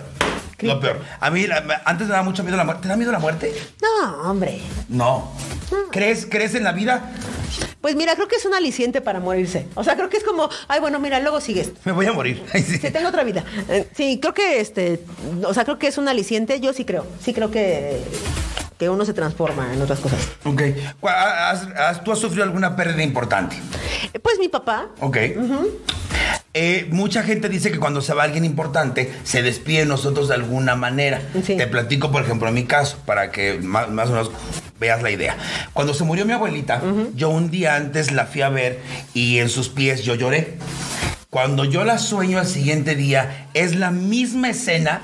Lo peor. A mí, la- antes me daba mucho miedo la muerte. ¿Te da miedo la muerte?
No, hombre.
No. ¿Crees, ¿Crees en la vida?
Pues mira, creo que es un aliciente para morirse. O sea, creo que es como, ay, bueno, mira, luego sigues.
Me voy a morir. Ay, sí.
Sí, tengo otra vida. Eh, Sí, creo que este, o sea, creo que es un aliciente. Yo sí creo. Sí creo que, que uno se transforma en otras cosas.
Ok. ¿Cuá- has- has- ¿Tú has sufrido alguna pérdida importante?
Eh, Pues mi papá.
Ok. Eh, mucha gente dice que cuando se va alguien importante, se despide de nosotros de alguna manera.
Sí.
Te platico, por ejemplo, en mi caso, para que más, más o menos veas la idea. Cuando se murió mi abuelita, yo un día antes la fui a ver y en sus pies yo lloré. Cuando yo la sueño al siguiente día, es la misma escena,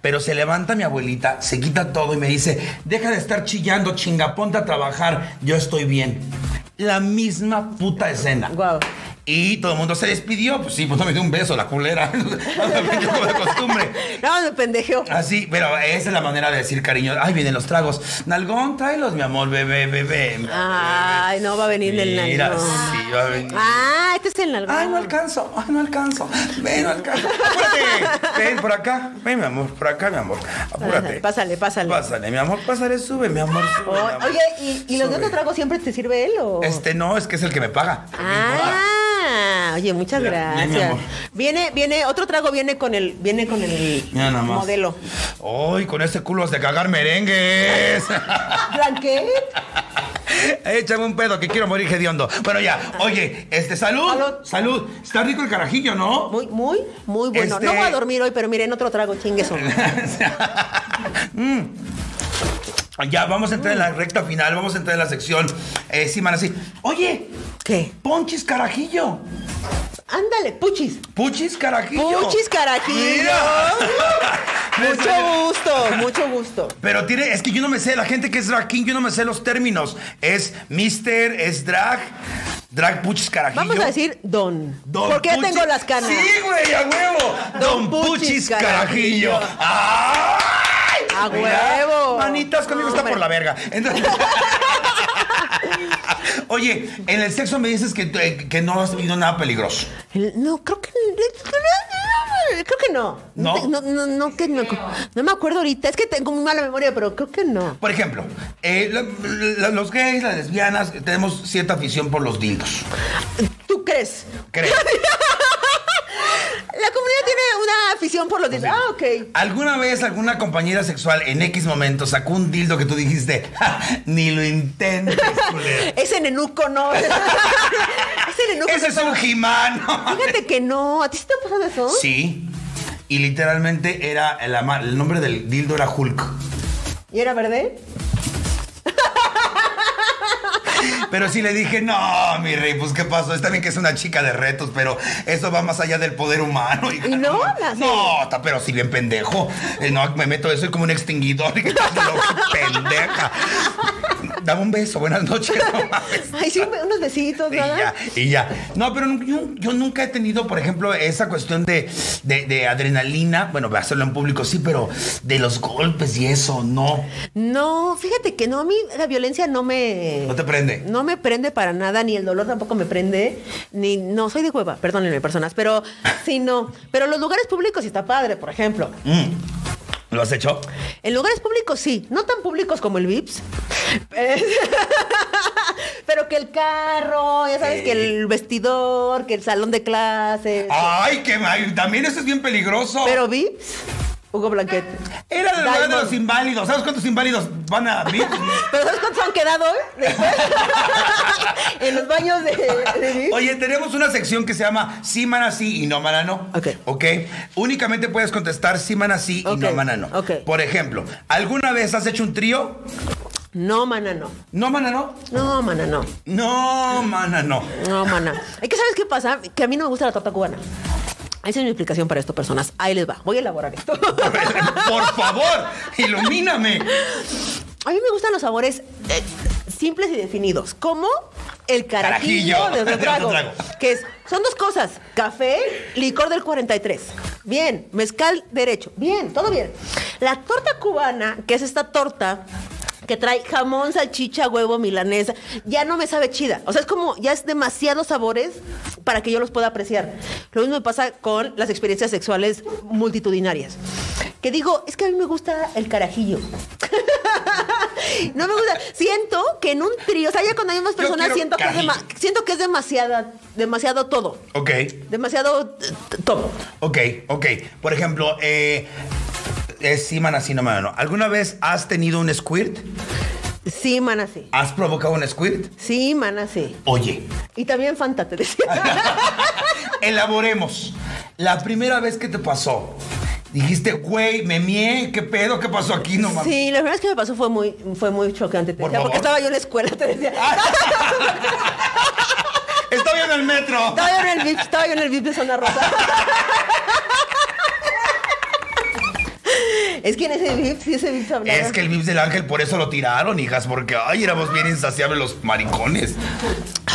pero se levanta mi abuelita, se quita todo y me dice, deja de estar chillando, chinga, ponte a trabajar, yo estoy bien. La misma puta escena.
Guau.
Y todo el mundo se despidió. Pues sí, pues no me dio un beso, la culera. Como de costumbre.
No, me pendejeo.
Así, pero esa es la manera de decir cariño. Ay, vienen los tragos. Nalgón, tráelos, mi amor, bebé, bebé. bebé.
Ay, no va a Ah, venir el
Mira,
nalgón.
sí, va a venir.
Ah, este es el nalgón.
Ay, no alcanzo, ay, no alcanzo. Ven, no alcanzo. Apúrate. Ven por acá. Ven, mi amor, por acá, mi amor. Apúrate.
Pásale, pásale.
Pásale, mi amor, pásale, sube, mi amor. sube, mi amor.
O- Oye, ¿y, y los de
Sube.
otro trago siempre te sirve él o?
Este no, es que es el que me paga.
Ah, oye, muchas
Mira, mira, mi
gracias.
amor.
Viene, viene, otro trago viene con el, viene con el
Mira nada más.
modelo.
Ay, con ese culo has de cagar merengues.
¿Blanquet?
Eh, Échame un pedo que quiero morir hediondo. Bueno, ya. Oye, este, salud.
Salud.
Salud. Está rico el carajillo, ¿no?
Muy, muy, muy bueno.
Este-
No voy a dormir hoy, pero miren, otro trago, chingueso.
Mm. Ya, vamos a entrar en la recta final. Vamos a entrar en la sección. Eh, sí, man, así. Oye,
¿Qué?
ponchis carajillo.
Ándale, puchis.
Puchis carajillo.
Puchis, carajillo.
Mira.
Mucho gusto, mucho gusto.
Pero tiene, es que yo no me sé, la gente que es drag king, yo no me sé los términos. Es mister, es drag, drag puchis carajillo.
Vamos a decir don.
Don
Porque ya
Puchis-
tengo las canas.
Sí, güey, a huevo. Don,
Don
Puchis,
Puchis
carajillo.
Carajillo.
¡Ay!
A
Mira,
huevo.
Manitas conmigo
No,
está por
hombre.
la verga. Entonces- Oye, en el sexo me dices que, eh, que no has vivido nada peligroso.
El- No, creo que. Creo que no.
¿No?
te- No, no, no, que no, no me acuerdo ahorita. Es que tengo muy mala memoria, pero creo que no.
Por ejemplo, eh, la- la- los gays, las lesbianas, tenemos cierta afición por los dildos.
¿Tú crees?
Creo.
La comunidad tiene una afición por los dildos. Ah, ok.
¿Alguna vez alguna compañera sexual en X momento sacó un dildo que tú dijiste, "Ja, ni lo intentes, culero"?
Ese nenuco no. Ese nenuco.
Ese es un jimano.
Fíjate que no. ¿A ti sí te ha pasado eso?
Sí. Y literalmente era la ma- el nombre del dildo era Hulk.
¿Y era verde?
Pero sí le dije, no, mi rey, pues qué pasó. Está bien que es una chica de retos, pero eso va más allá del poder humano. hija,
¿Y no?
No, no, está, pero sí bien pendejo. Eh, No, me meto eso soy como un extinguidor. Dije, estás loca, pendeja. Dame un beso, buenas noches. no mames.
Ay, sí, unos besitos,
Y
¿verdad?
ya, y ya. No, pero nu- yo, yo nunca he tenido, por ejemplo, esa cuestión de, de, de adrenalina. Bueno, hacerlo en público sí, pero de los golpes y eso, no.
No, fíjate que no, a mí la violencia no me...
No te prende.
No me prende para nada, ni el dolor tampoco me prende, ni... No, soy de cueva, perdónenme personas, pero sí, no. Pero los lugares públicos sí está padre, por ejemplo.
Mm. ¿Lo has hecho?
En lugares públicos sí, no tan públicos como el VIPS. Eh, Pero que el carro, ya sabes, que
Eh.
el vestidor, que el salón de clases.
Ay, que ay, también eso es bien peligroso.
Pero VIPS, Hugo Blanquet.
Era el lugar de
Diamond.
los inválidos. ¿Sabes cuántos inválidos van a abrir?
Pero ¿sabes cuántos han quedado eh? después? en los baños de, de Vips.
Oye, tenemos una sección que se llama Sí, mana, sí y no, mana, no.
Ok.
Ok. Únicamente puedes contestar sí, mana, sí y
Ok,
no, mana, no.
ok.
Por ejemplo, ¿alguna vez has hecho un trío?
No, mana, no.
No, mana, no.
No, mana, no.
No, mana, no.
No, mana. Es que ¿sabes qué pasa? Que a mí no me gusta la torta cubana. Esa es mi explicación para esto, personas. Ahí les va. Voy a elaborar esto.
Por favor, ilumíname.
A mí me gustan los sabores eh, simples y definidos, como el carajillo,
Carajillo,
de otro trago,
de otro trago.
que es, son dos cosas, café, licor del 43, bien, mezcal derecho, bien, todo bien. La torta cubana, que es esta torta que trae jamón, salchicha, huevo, milanesa, ya no me sabe chida. O sea, es como, ya es demasiados sabores para que yo los pueda apreciar. Lo mismo me pasa con las experiencias sexuales multitudinarias. Que digo, es que a mí me gusta el carajillo. No me gusta. Siento que en un trío, o sea, ya cuando hay más
Yo
personas,
quiero
siento que, es
carajillo.
dema- siento que es demasiada, demasiado todo.
Ok,
Demasiado eh, t- todo.
ok, ok. Por ejemplo, eh, es sí, mana, sí, no, mana, no. ¿Alguna vez has tenido un squirt?
Sí, mana, sí.
¿Has provocado un squirt?
Sí, mana, sí.
Oye,
Y también Fanta, te
Ah,
decía.
elaboremos. La primera vez que te pasó, dijiste, güey, me mié, ¿qué pedo? ¿Qué pasó aquí? No mames.
Sí, la verdad es que me pasó fue muy, fue muy chocante, te
Por
decía, porque
favor. Ah.
estaba yo en la escuela, te decía.
Estoy en el metro.
Estaba yo en el VIP, estaba yo en el VIP de Zona Rosa. Es que en ese VIP, sí, ese VIP se hablaba.
Es que el Vips del Ángel por eso lo tiraron, hijas, porque ay, éramos bien insaciables los maricones.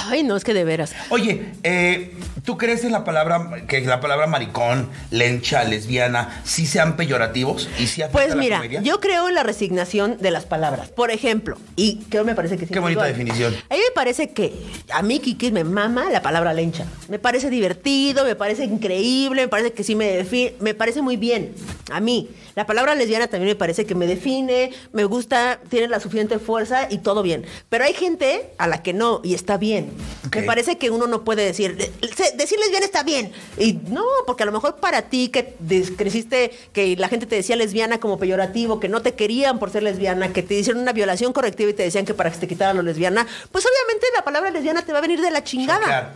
Ay, no, es que de veras.
Oye, eh, ¿tú crees en la palabra que la palabra maricón, lencha, lesbiana, sí sean peyorativos y sí afecta a
Pues
la
mira,
comedia?
yo creo en la resignación de las palabras. Por ejemplo, y creo me parece que sí.
Qué bonita definición.
A mí me parece que a mí Kiki me mama la palabra lencha. Me parece divertido, me parece increíble, me parece que sí me define, me parece muy bien a mí. La palabra lesbiana también me parece que me define, me gusta, tiene la suficiente fuerza y todo bien. Pero hay gente a la que no y está bien.
Ok.
Me parece que uno no puede decir, "Eh, se- decir lesbiana está bien. Y no, porque a lo mejor para ti que des- creciste, que la gente te decía lesbiana como peyorativo, que no te querían por ser lesbiana, que te hicieron una violación correctiva y te decían que para que te quitaran lo lesbiana, pues obviamente la palabra lesbiana te va a venir de la chingada.
Chocar.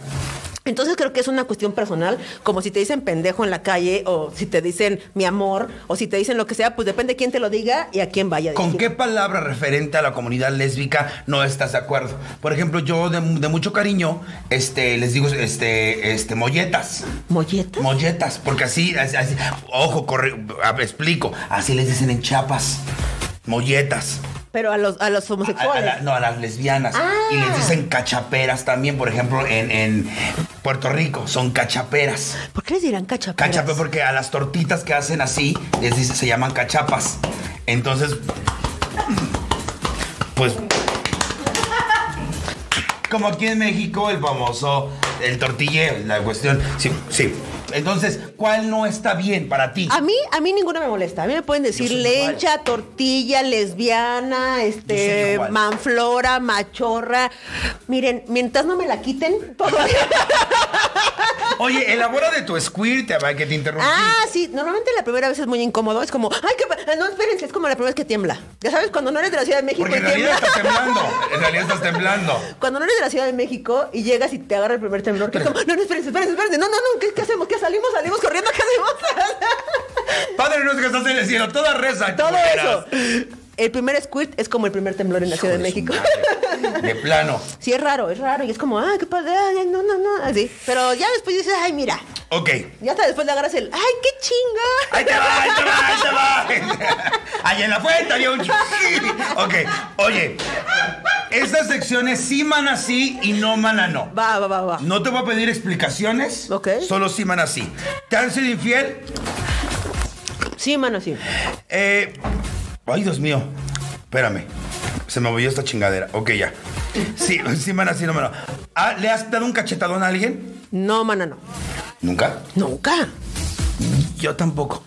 Entonces creo que es una cuestión personal, como si te dicen pendejo en la calle, o si te dicen mi amor, o si te dicen lo que sea, pues depende quién te lo diga y a quién vaya. a
¿Con
dirigir.
qué palabra referente a la comunidad lésbica no estás de acuerdo? Por ejemplo, yo de, de mucho cariño, este, les digo, este, este, molletas.
¿Molleta?
Molletas, porque así, así- así- ojo, corre- a- explico, así les dicen en Chiapas, molletas.
Pero a los, a los
A- a
homosexuales.
la- no, a las lesbianas.
Ah.
Y les dicen cachaperas también, por ejemplo, en, en Puerto Rico son cachaperas.
¿Por qué les dirán cachaperas?
Cachapa porque a las tortitas que hacen así les dice- se llaman cachapas. Entonces, pues... Como aquí en México, el famoso, el tortillero, la cuestión. Sí, sí. Entonces, ¿cuál no está bien para ti?
A mí, a mí ninguna me molesta. A mí me pueden decir
Yo soy igual.
lencha, tortilla, lesbiana,
soy
este,
igual.
manflora, machorra. Miren, mientras no me la quiten, todo bien.
Oye, elabora de tu squirt, a ver, que te interrumpí.
Ah, sí, normalmente la primera vez es muy incómodo. Es como, ay, que no, espérense, es como la primera vez que tiembla. Ya sabes, cuando no eres de la Ciudad de México
Porque
y
en realidad
tiembla.
estás temblando. En realidad estás temblando.
Cuando no eres de la Ciudad de México y llegas y te agarra el primer temblor, que es como, no, no, espérense, espérense, espérense, no, no, no, ¿qué, qué hacemos? ¿Qué salimos? ¿Salimos corriendo? ¿Qué hacemos?
Padre nuestro que estás en el cielo, toda reza.
Todo
culeras.
eso. el primer squirt es como el primer temblor en la Ciudad de
Hijo
México.
su madre. De plano.
Sí, es raro, es raro. Y es como, ah, qué padre, ay, no, no, no, así. Pero ya después dices, ay, mira.
Ok.
Ya hasta después le agarras el, ay, qué chinga.
Ahí te va, ahí te va, ahí te va. Allá en la fuente había un... Ok, oye. Estas secciones sí mana sí y no mana no.
Va, va, va, va.
No te voy a pedir explicaciones.
Ok.
Solo sí mana sí. ¿Te han sido infiel?
Sí, mano, sí.
Eh, ay, Dios mío. Espérame. Se me movió esta chingadera. Ok, ya. Sí, sí, mana, sí, no, mana. Ah, ¿Le has dado un cachetadón a alguien?
No, mano, no.
Nunca.
Nunca.
Yo tampoco.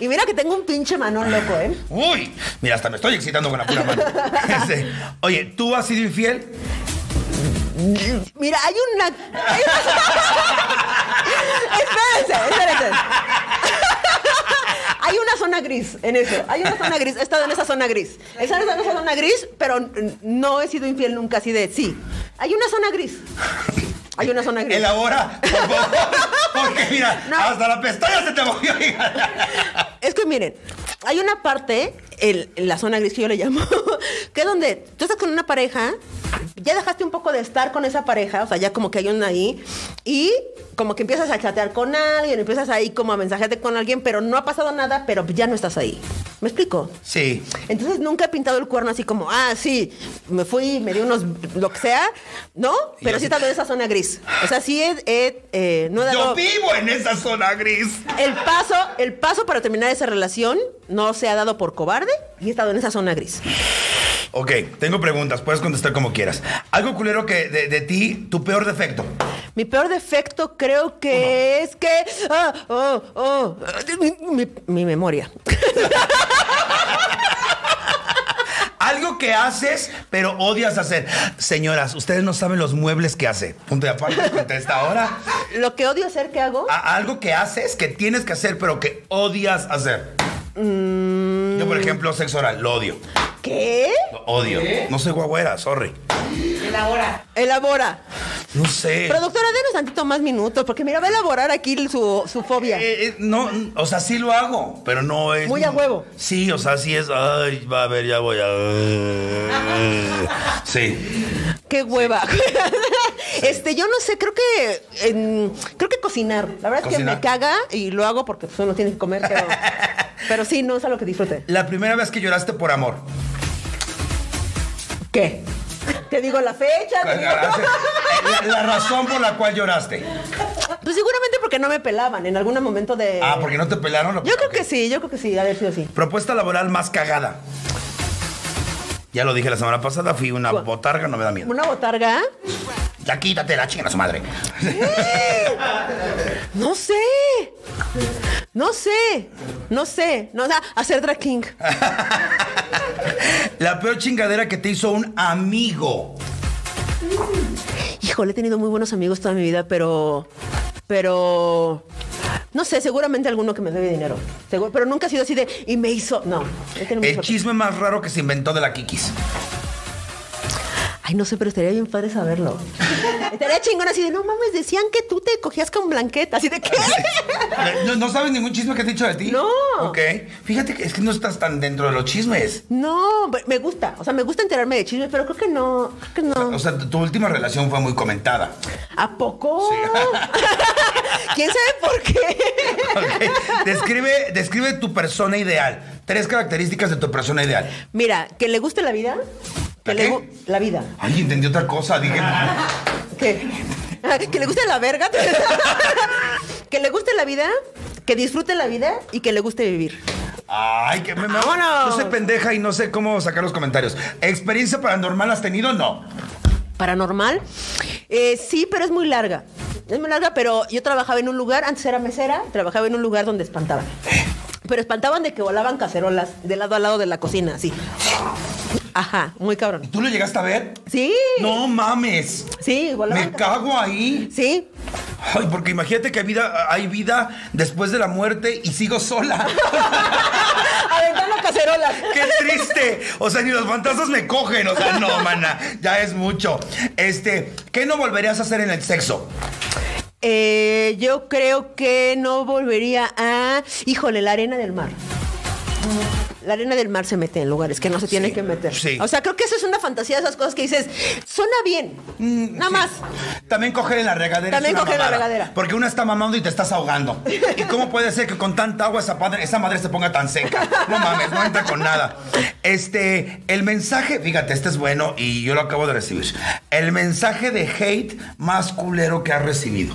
Y mira que tengo un pinche manón loco, ¿eh?
Uy, mira, hasta me estoy excitando con la pura mano. Este, oye, ¿tú has sido infiel?
Mira, hay una. hay una- espérense, espérense. hay una zona gris en eso. Hay una zona gris. He estado en esa zona gris. He estado en esa zona gris, pero n- no he sido infiel nunca así de sí. Hay una zona gris. Hay una zona gris.
Elabora, por favor. Porque mira,
No.
hasta la pestaña se te movió. hija.
Es que miren, hay una parte, el- en la zona gris que yo le llamo, que es donde tú estás con una pareja, ya dejaste un poco de estar con esa pareja, o sea, ya como que hay una ahí, y como que empiezas a chatear con alguien, empiezas ahí como a mensajarte con alguien, pero no ha pasado nada, pero ya no estás ahí. ¿Me explico?
Sí.
Entonces nunca he pintado el cuerno así como, ah, sí, me fui, me di unos, lo que sea, ¿no? Pero sí he estado en esa zona gris. O sea, sí he, he, eh, no he dado...
Yo vivo en esa zona gris.
El paso, el paso para terminar esa relación no se ha dado por cobarde y he estado en esa zona gris.
Ok, tengo preguntas, puedes contestar como quieras. Algo culero que de, de ti, tu peor defecto.
Mi peor defecto creo que es que. ah, oh, oh, mi, mi- mi memoria.
Algo que haces, pero odias hacer. Señoras, ustedes no saben los muebles que hace. Punto de aparte, contesta ahora.
Lo que odio hacer que hago.
A- algo que haces, que tienes que hacer, pero que odias hacer. Yo, por ejemplo, sexo oral, lo odio.
¿Qué?
Lo odio. No soy guagüera, sorry.
Elabora.
No sé.
Productora, denos tantito más minutos, porque mira, va a elaborar aquí su, su fobia.
Eh, eh, no, mm, o sea, sí lo hago, pero no es.
Muy a huevo.
Sí, o sea, sí es. Ay, va a ver, ya voy a. Sí.
Qué hueva. este, yo no sé, creo que en- creo que cocinar. La verdad es que
Cocinar.
me caga y lo hago porque pues, uno tiene que comer, pero, pero sí, no es algo que disfrute.
La primera vez que lloraste por amor.
¿Qué? Te digo la fecha. te digo-
La, la razón por la cual lloraste.
Pues seguramente porque no me pelaban en algún momento de.
Ah, porque no te pelaron.
Yo creo que sí, yo creo que sí, haber sido así.
Propuesta laboral más cagada. Ya lo dije la semana pasada, fui una
¿Cuál?
botarga, no me da miedo.
Una botarga.
Ya quítate la chinga a su madre.
No sé. No sé. No sé. No, o sea, hacer drag king.
Ah. La peor chingadera que te hizo un amigo.
Híjole, he tenido muy buenos amigos toda mi vida, pero. Pero. No sé, seguramente alguno que me debe dinero. Segu- pero nunca ha sido así de. Y me hizo. No. he tenido
El
mucho-
chisme más raro que se inventó de la Kikis.
Ay, no sé, pero estaría bien padre saberlo. estaría chingón así de. No mames, decían que tú te cogías con blanqueta. Así de qué.
Eh, ¿No, no sabes ningún chisme que te he dicho de ti?
No.
Ok. Fíjate que es que no estás tan dentro de los chismes.
No, pe- me gusta. O sea, me gusta enterarme de chismes, pero creo que no. Creo que no.
O sea, tu tu última relación fue muy comentada.
¿A poco? ¿Quién sabe por qué?
Ok. Describe, describe tu persona ideal. Tres características de tu persona ideal.
Mira, que le guste la vida. Que
¿La
le
qué?
gu- la vida.
Ay, entendí otra cosa. Dije,
Que, que le guste la verga. que le guste la vida. Que disfrute la vida y que le guste vivir.
Ay, que me, me-
Vámonos.
Yo soy pendeja y no sé cómo sacar los comentarios. ¿Experiencia paranormal has tenido? No.
Paranormal. eh, sí, pero es muy larga. Es muy larga, pero yo trabajaba en un lugar, antes era mesera, trabajaba en un lugar donde espantaban. Pero espantaban de que volaban cacerolas de lado a lado de la cocina, así. Ajá, muy
¿Y
cabrón.
tú lo llegaste a ver?
Sí.
No mames.
Sí, volaban.
Me
ca-
cago ahí.
Sí.
Ay, porque imagínate que hay vida, hay vida después de la muerte y sigo sola.
Aventando cacerolas.
¡Qué triste! O sea, ni los fantasmas me cogen. O sea, no, mana. Ya es mucho. Este, ¿qué no volverías a hacer en el sexo?
Eh, yo creo que no volvería a. Híjole, la arena del mar. La arena del mar se mete en lugares que no se tiene que meter.
sí.
O sea, creo que eso es una fantasía de esas cosas que dices, suena bien,
Mm,
nada más.
También coger en la regadera.
También
es una
coger en la
mamada,
regadera.
Porque una está mamando y te estás ahogando. ¿Y cómo puede ser que con tanta agua esa, padre- esa madre se ponga tan seca? No mames, no entra con nada. Este, el mensaje, fíjate, este es bueno y yo lo acabo de recibir. El mensaje de hate más culero que has recibido.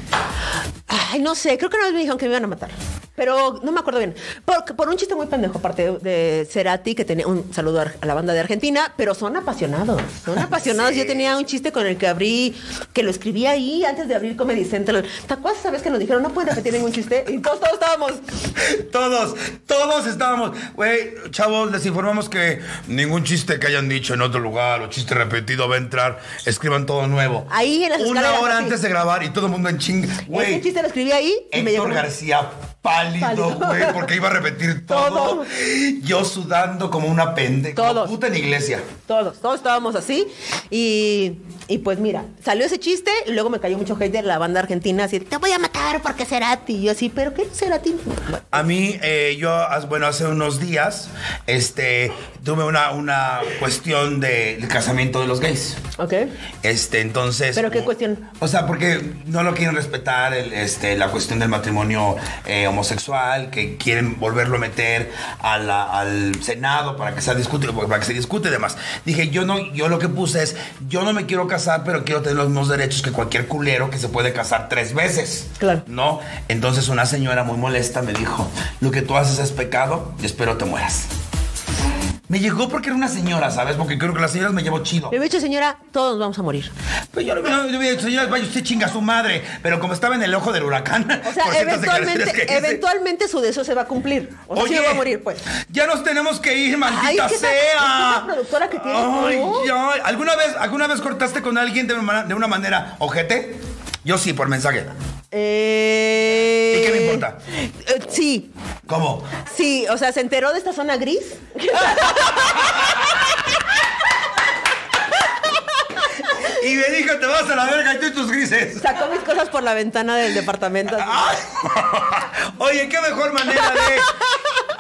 Ay, no sé, creo que no me dijeron que me iban a matar. Pero no me acuerdo bien. Por, por un chiste muy pendejo, aparte de Cerati, que tenía un saludo ar- a la banda de Argentina, pero son apasionados. Son apasionados.
Sí.
Yo tenía un chiste con el que abrí, que lo escribí ahí antes de abrir Comedy Central. ¿Te acuerdas esa vez que nos dijeron, no pueden repetir ningún chiste? Y todos, todos estábamos.
Todos, todos estábamos. Güey, chavos, les informamos que ningún chiste que hayan dicho en otro lugar o chiste repetido va a entrar. Escriban todo nuevo.
Ahí en las
Una
escaleras,
hora
así.
antes de grabar y todo el mundo en chinga. Güey.
Ese chiste lo escribí ahí y me llegó.
Héctor García pálido,
Pálido.
güey, porque iba a repetir todo.
Todo.
Yo sudando como una pendeja. como
Todos.
Puta en iglesia.
Todos, todos estábamos así. Y, y pues mira, salió ese chiste y luego me cayó mucho hate de la banda argentina así, te voy a matar porque Cerati. Y yo así, ¿pero qué Cerati?
A mí, eh, yo, as- bueno, hace unos días, este, tuve una, una cuestión del casamiento de los gays.
Ok.
Este, entonces.
¿Pero qué
u-
cuestión?
O sea, porque no lo quieren respetar el, este, la cuestión del matrimonio eh, homosexual, que quieren volverlo a meter a la- al Senado para que se discute, para que se discute y demás. Dije, yo no, yo lo que puse es, yo no me quiero casar, pero quiero tener los mismos derechos que cualquier culero que se puede casar tres veces.
Claro.
¿No? Entonces una señora muy molesta me dijo, lo que tú haces es pecado y espero te mueras. Me llegó porque era una señora, ¿sabes? Porque creo que las señoras me llevo chido.
Me había dicho, señora, todos nos vamos a morir.
Pues yo le hubiera yo le hubiera dicho, señores, vaya usted chinga a su madre. Pero como estaba en el ojo del huracán.
O sea,
por ciertas
eventualmente,
declaraciones que hice,
eventualmente su deseo se va a cumplir. O sea, sí
"Oye,
me voy a morir, pues.
Ya nos tenemos que ir,
Ay,
maldita
es que esa-
sea.
es una productora que tienes,
Ay,
¿no?
ya. ¿Alguna vez, alguna vez cortaste con alguien de, una manera- de una manera ojete? Yo sí, por mensaje.
Eh,
¿Y qué me importa?
eh, sí,
¿Cómo?
sí. O sea, se enteró de esta zona gris.
Y me dijo, te vas a la verga y tú y tus grises.
Sacó mis cosas por la ventana del departamento. así.
Ay. Oye, qué mejor manera de.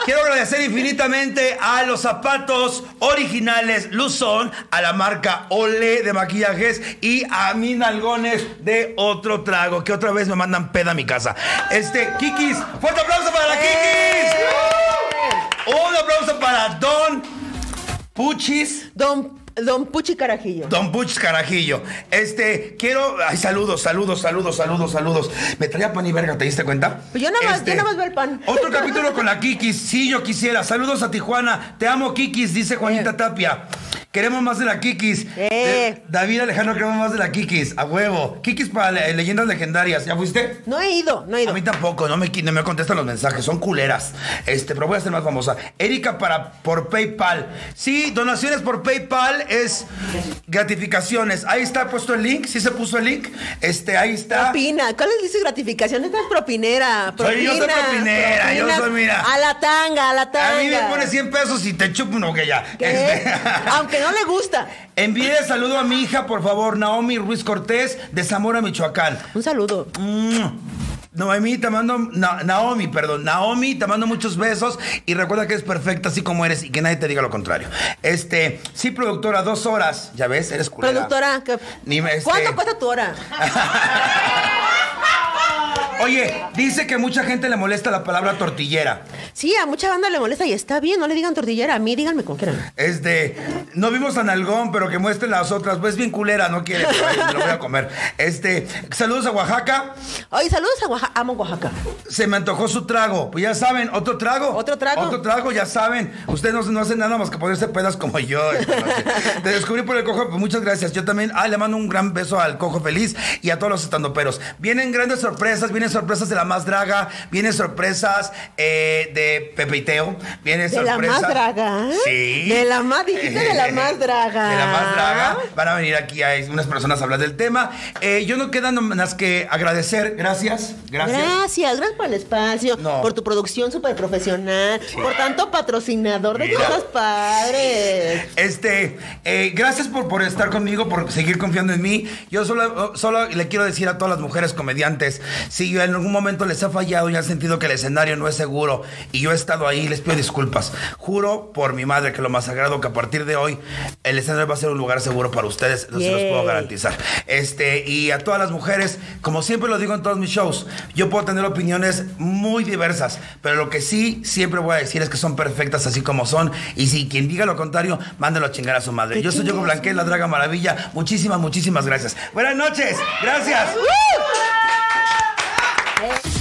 Quiero agradecer infinitamente a los zapatos originales Luzón, a la marca Ole de maquillajes y a mis nalgones de otro trago, que otra vez me mandan peda a mi casa. Este, Kikis, fuerte aplauso para la Kikis. Un aplauso para Don Puchis.
Don, don Puchi Carajillo.
Don Puch Carajillo. Este, quiero. Ay, saludos, saludos, saludos, saludos, saludos. Me traía pan y verga, ¿te diste cuenta? Este,
Pues yo nada más- yo nada más veo el pan.
Otro capítulo con la Kikis. Sí, yo quisiera. Saludos a Tijuana. Te amo, Kikis, dice Juanita Tapia. Queremos más de la Kikis.
Eh.
De- David Alejandro, queremos más de la Kikis. A huevo. Kikis para le- leyendas legendarias. ¿Ya fuiste?
No he ido, no he
A
ido.
mí tampoco, no me, qui- no me contestan los mensajes, son culeras. Este, pero voy a ser más famosa. Erika para por PayPal. Sí, donaciones por PayPal es gratificaciones. Ahí está puesto el link, sí se puso el link. Este, ahí está.
Propina, ¿cuál es su gratificación? Esta es propinera.
Soy- yo soy
propina,
propinera, yo soy, mira.
A la tanga, a la tanga.
A mí me pone 100 pesos y te chupo uno que ya.
¿Qué?
Este,
Aunque no le gusta.
Envíe saludo a mi hija, por favor, Naomi Ruiz Cortés de Zamora, Michoacán.
Un saludo.
Naomi, te mando. Na- Naomi, perdón. Naomi, te mando muchos besos y recuerda que eres perfecta así como eres y que nadie te diga lo contrario. Este, sí, productora, dos horas. Ya ves, eres culera.
Productora, ¿qué-
Ni me- este-
¿cuánto cuesta tu hora?
Oye, dice que mucha gente le molesta la palabra tortillera.
Sí, a mucha banda le molesta y está bien, no le digan tortillera, a mí díganme con qué era.
Este, no vimos a Nalgón, pero que muestren las otras. Pues bien culera, no quiere, pero ahí me lo voy a comer. Este, saludos a Oaxaca.
Oye, saludos a Oaxaca, amo Oaxaca.
Se me antojó su trago. Pues ya saben, otro trago.
Otro trago.
Otro trago, ya saben. Ustedes no, no hacen nada más que ponerse pedas como yo. esta noche. Te descubrí por el cojo, pues muchas gracias. Yo también, ah, le mando un gran beso al cojo feliz y a todos los estandoperos. Vienen grandes sorpresas, vienen sorpresas de la más draga, vienen sorpresas eh, de Pepeiteo, viene
De la
sorpresas-
más draga. ¿eh?
Sí.
De la más, dijiste de la más draga.
De la más draga. Van a venir aquí hay unas personas a hablar del tema. Eh, yo no quedan más que agradecer. Gracias. Gracias.
Gracias, gracias por el espacio,
No.
por tu producción súper profesional, por tanto patrocinador de
Mira.
cosas padres.
Este, eh, gracias por, por estar conmigo, por seguir confiando en mí. Yo solo, solo le quiero decir a todas las mujeres comediantes, si yo, en algún momento les ha fallado y han sentido que el escenario no es seguro y yo he estado ahí, les pido disculpas. Juro por mi madre que lo más sagrado que a partir de hoy el escenario va a ser un lugar seguro para ustedes, no se los puedo
Yay.
garantizar. Este, y a todas las mujeres, como siempre lo digo en todos mis shows, yo puedo tener opiniones muy diversas, pero lo que sí siempre voy a decir es que son perfectas así como son y si quien diga lo contrario, mándelo a chingar a su madre.
Que
Yo soy
chingue
Diego
a su
Blanqué, la Draga Maravilla. Muchísimas, muchísimas gracias. Buenas noches. Gracias.
¡Woo! Eh.